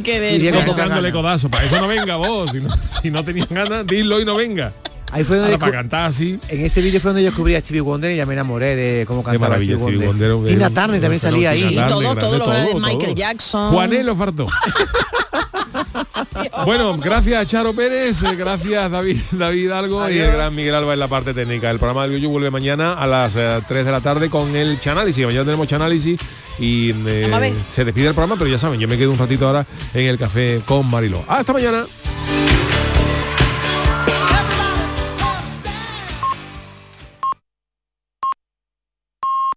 S11: que ver.
S10: Iría
S11: Bueno.
S10: colocándole codazo. Para eso no venga vos. Si no, si no tenías ganas, dilo y no venga.
S12: Ahí fue donde
S10: Ahora, para
S12: descu-
S10: cantar así.
S12: En ese vídeo fue donde yo descubrí a Stevie Wonder y ya me enamoré de cómo cantaba
S10: maravilla,
S12: Stevie Wonder.
S10: Stevie Wonder,
S12: Tina
S10: un-
S12: Turner
S10: un
S12: también salía
S10: fenómeno,
S12: ahí.
S10: Tina
S11: Todo,
S10: grande,
S11: todo lo grande de
S10: todo, todo.
S11: Michael Jackson.
S10: Juanelo Fartó. Bueno, gracias Charo Pérez, eh, gracias David, David Algo y el gran Miguel Alba en la parte técnica. El programa del Yuyu vuelve mañana a las eh, 3 de la tarde con el Chanálisis. Mañana tenemos Chanálisis y eh,
S11: Vamos a ver.
S10: se despide el programa, pero ya saben, yo me quedo un ratito ahora en el café con Mariló. Hasta mañana.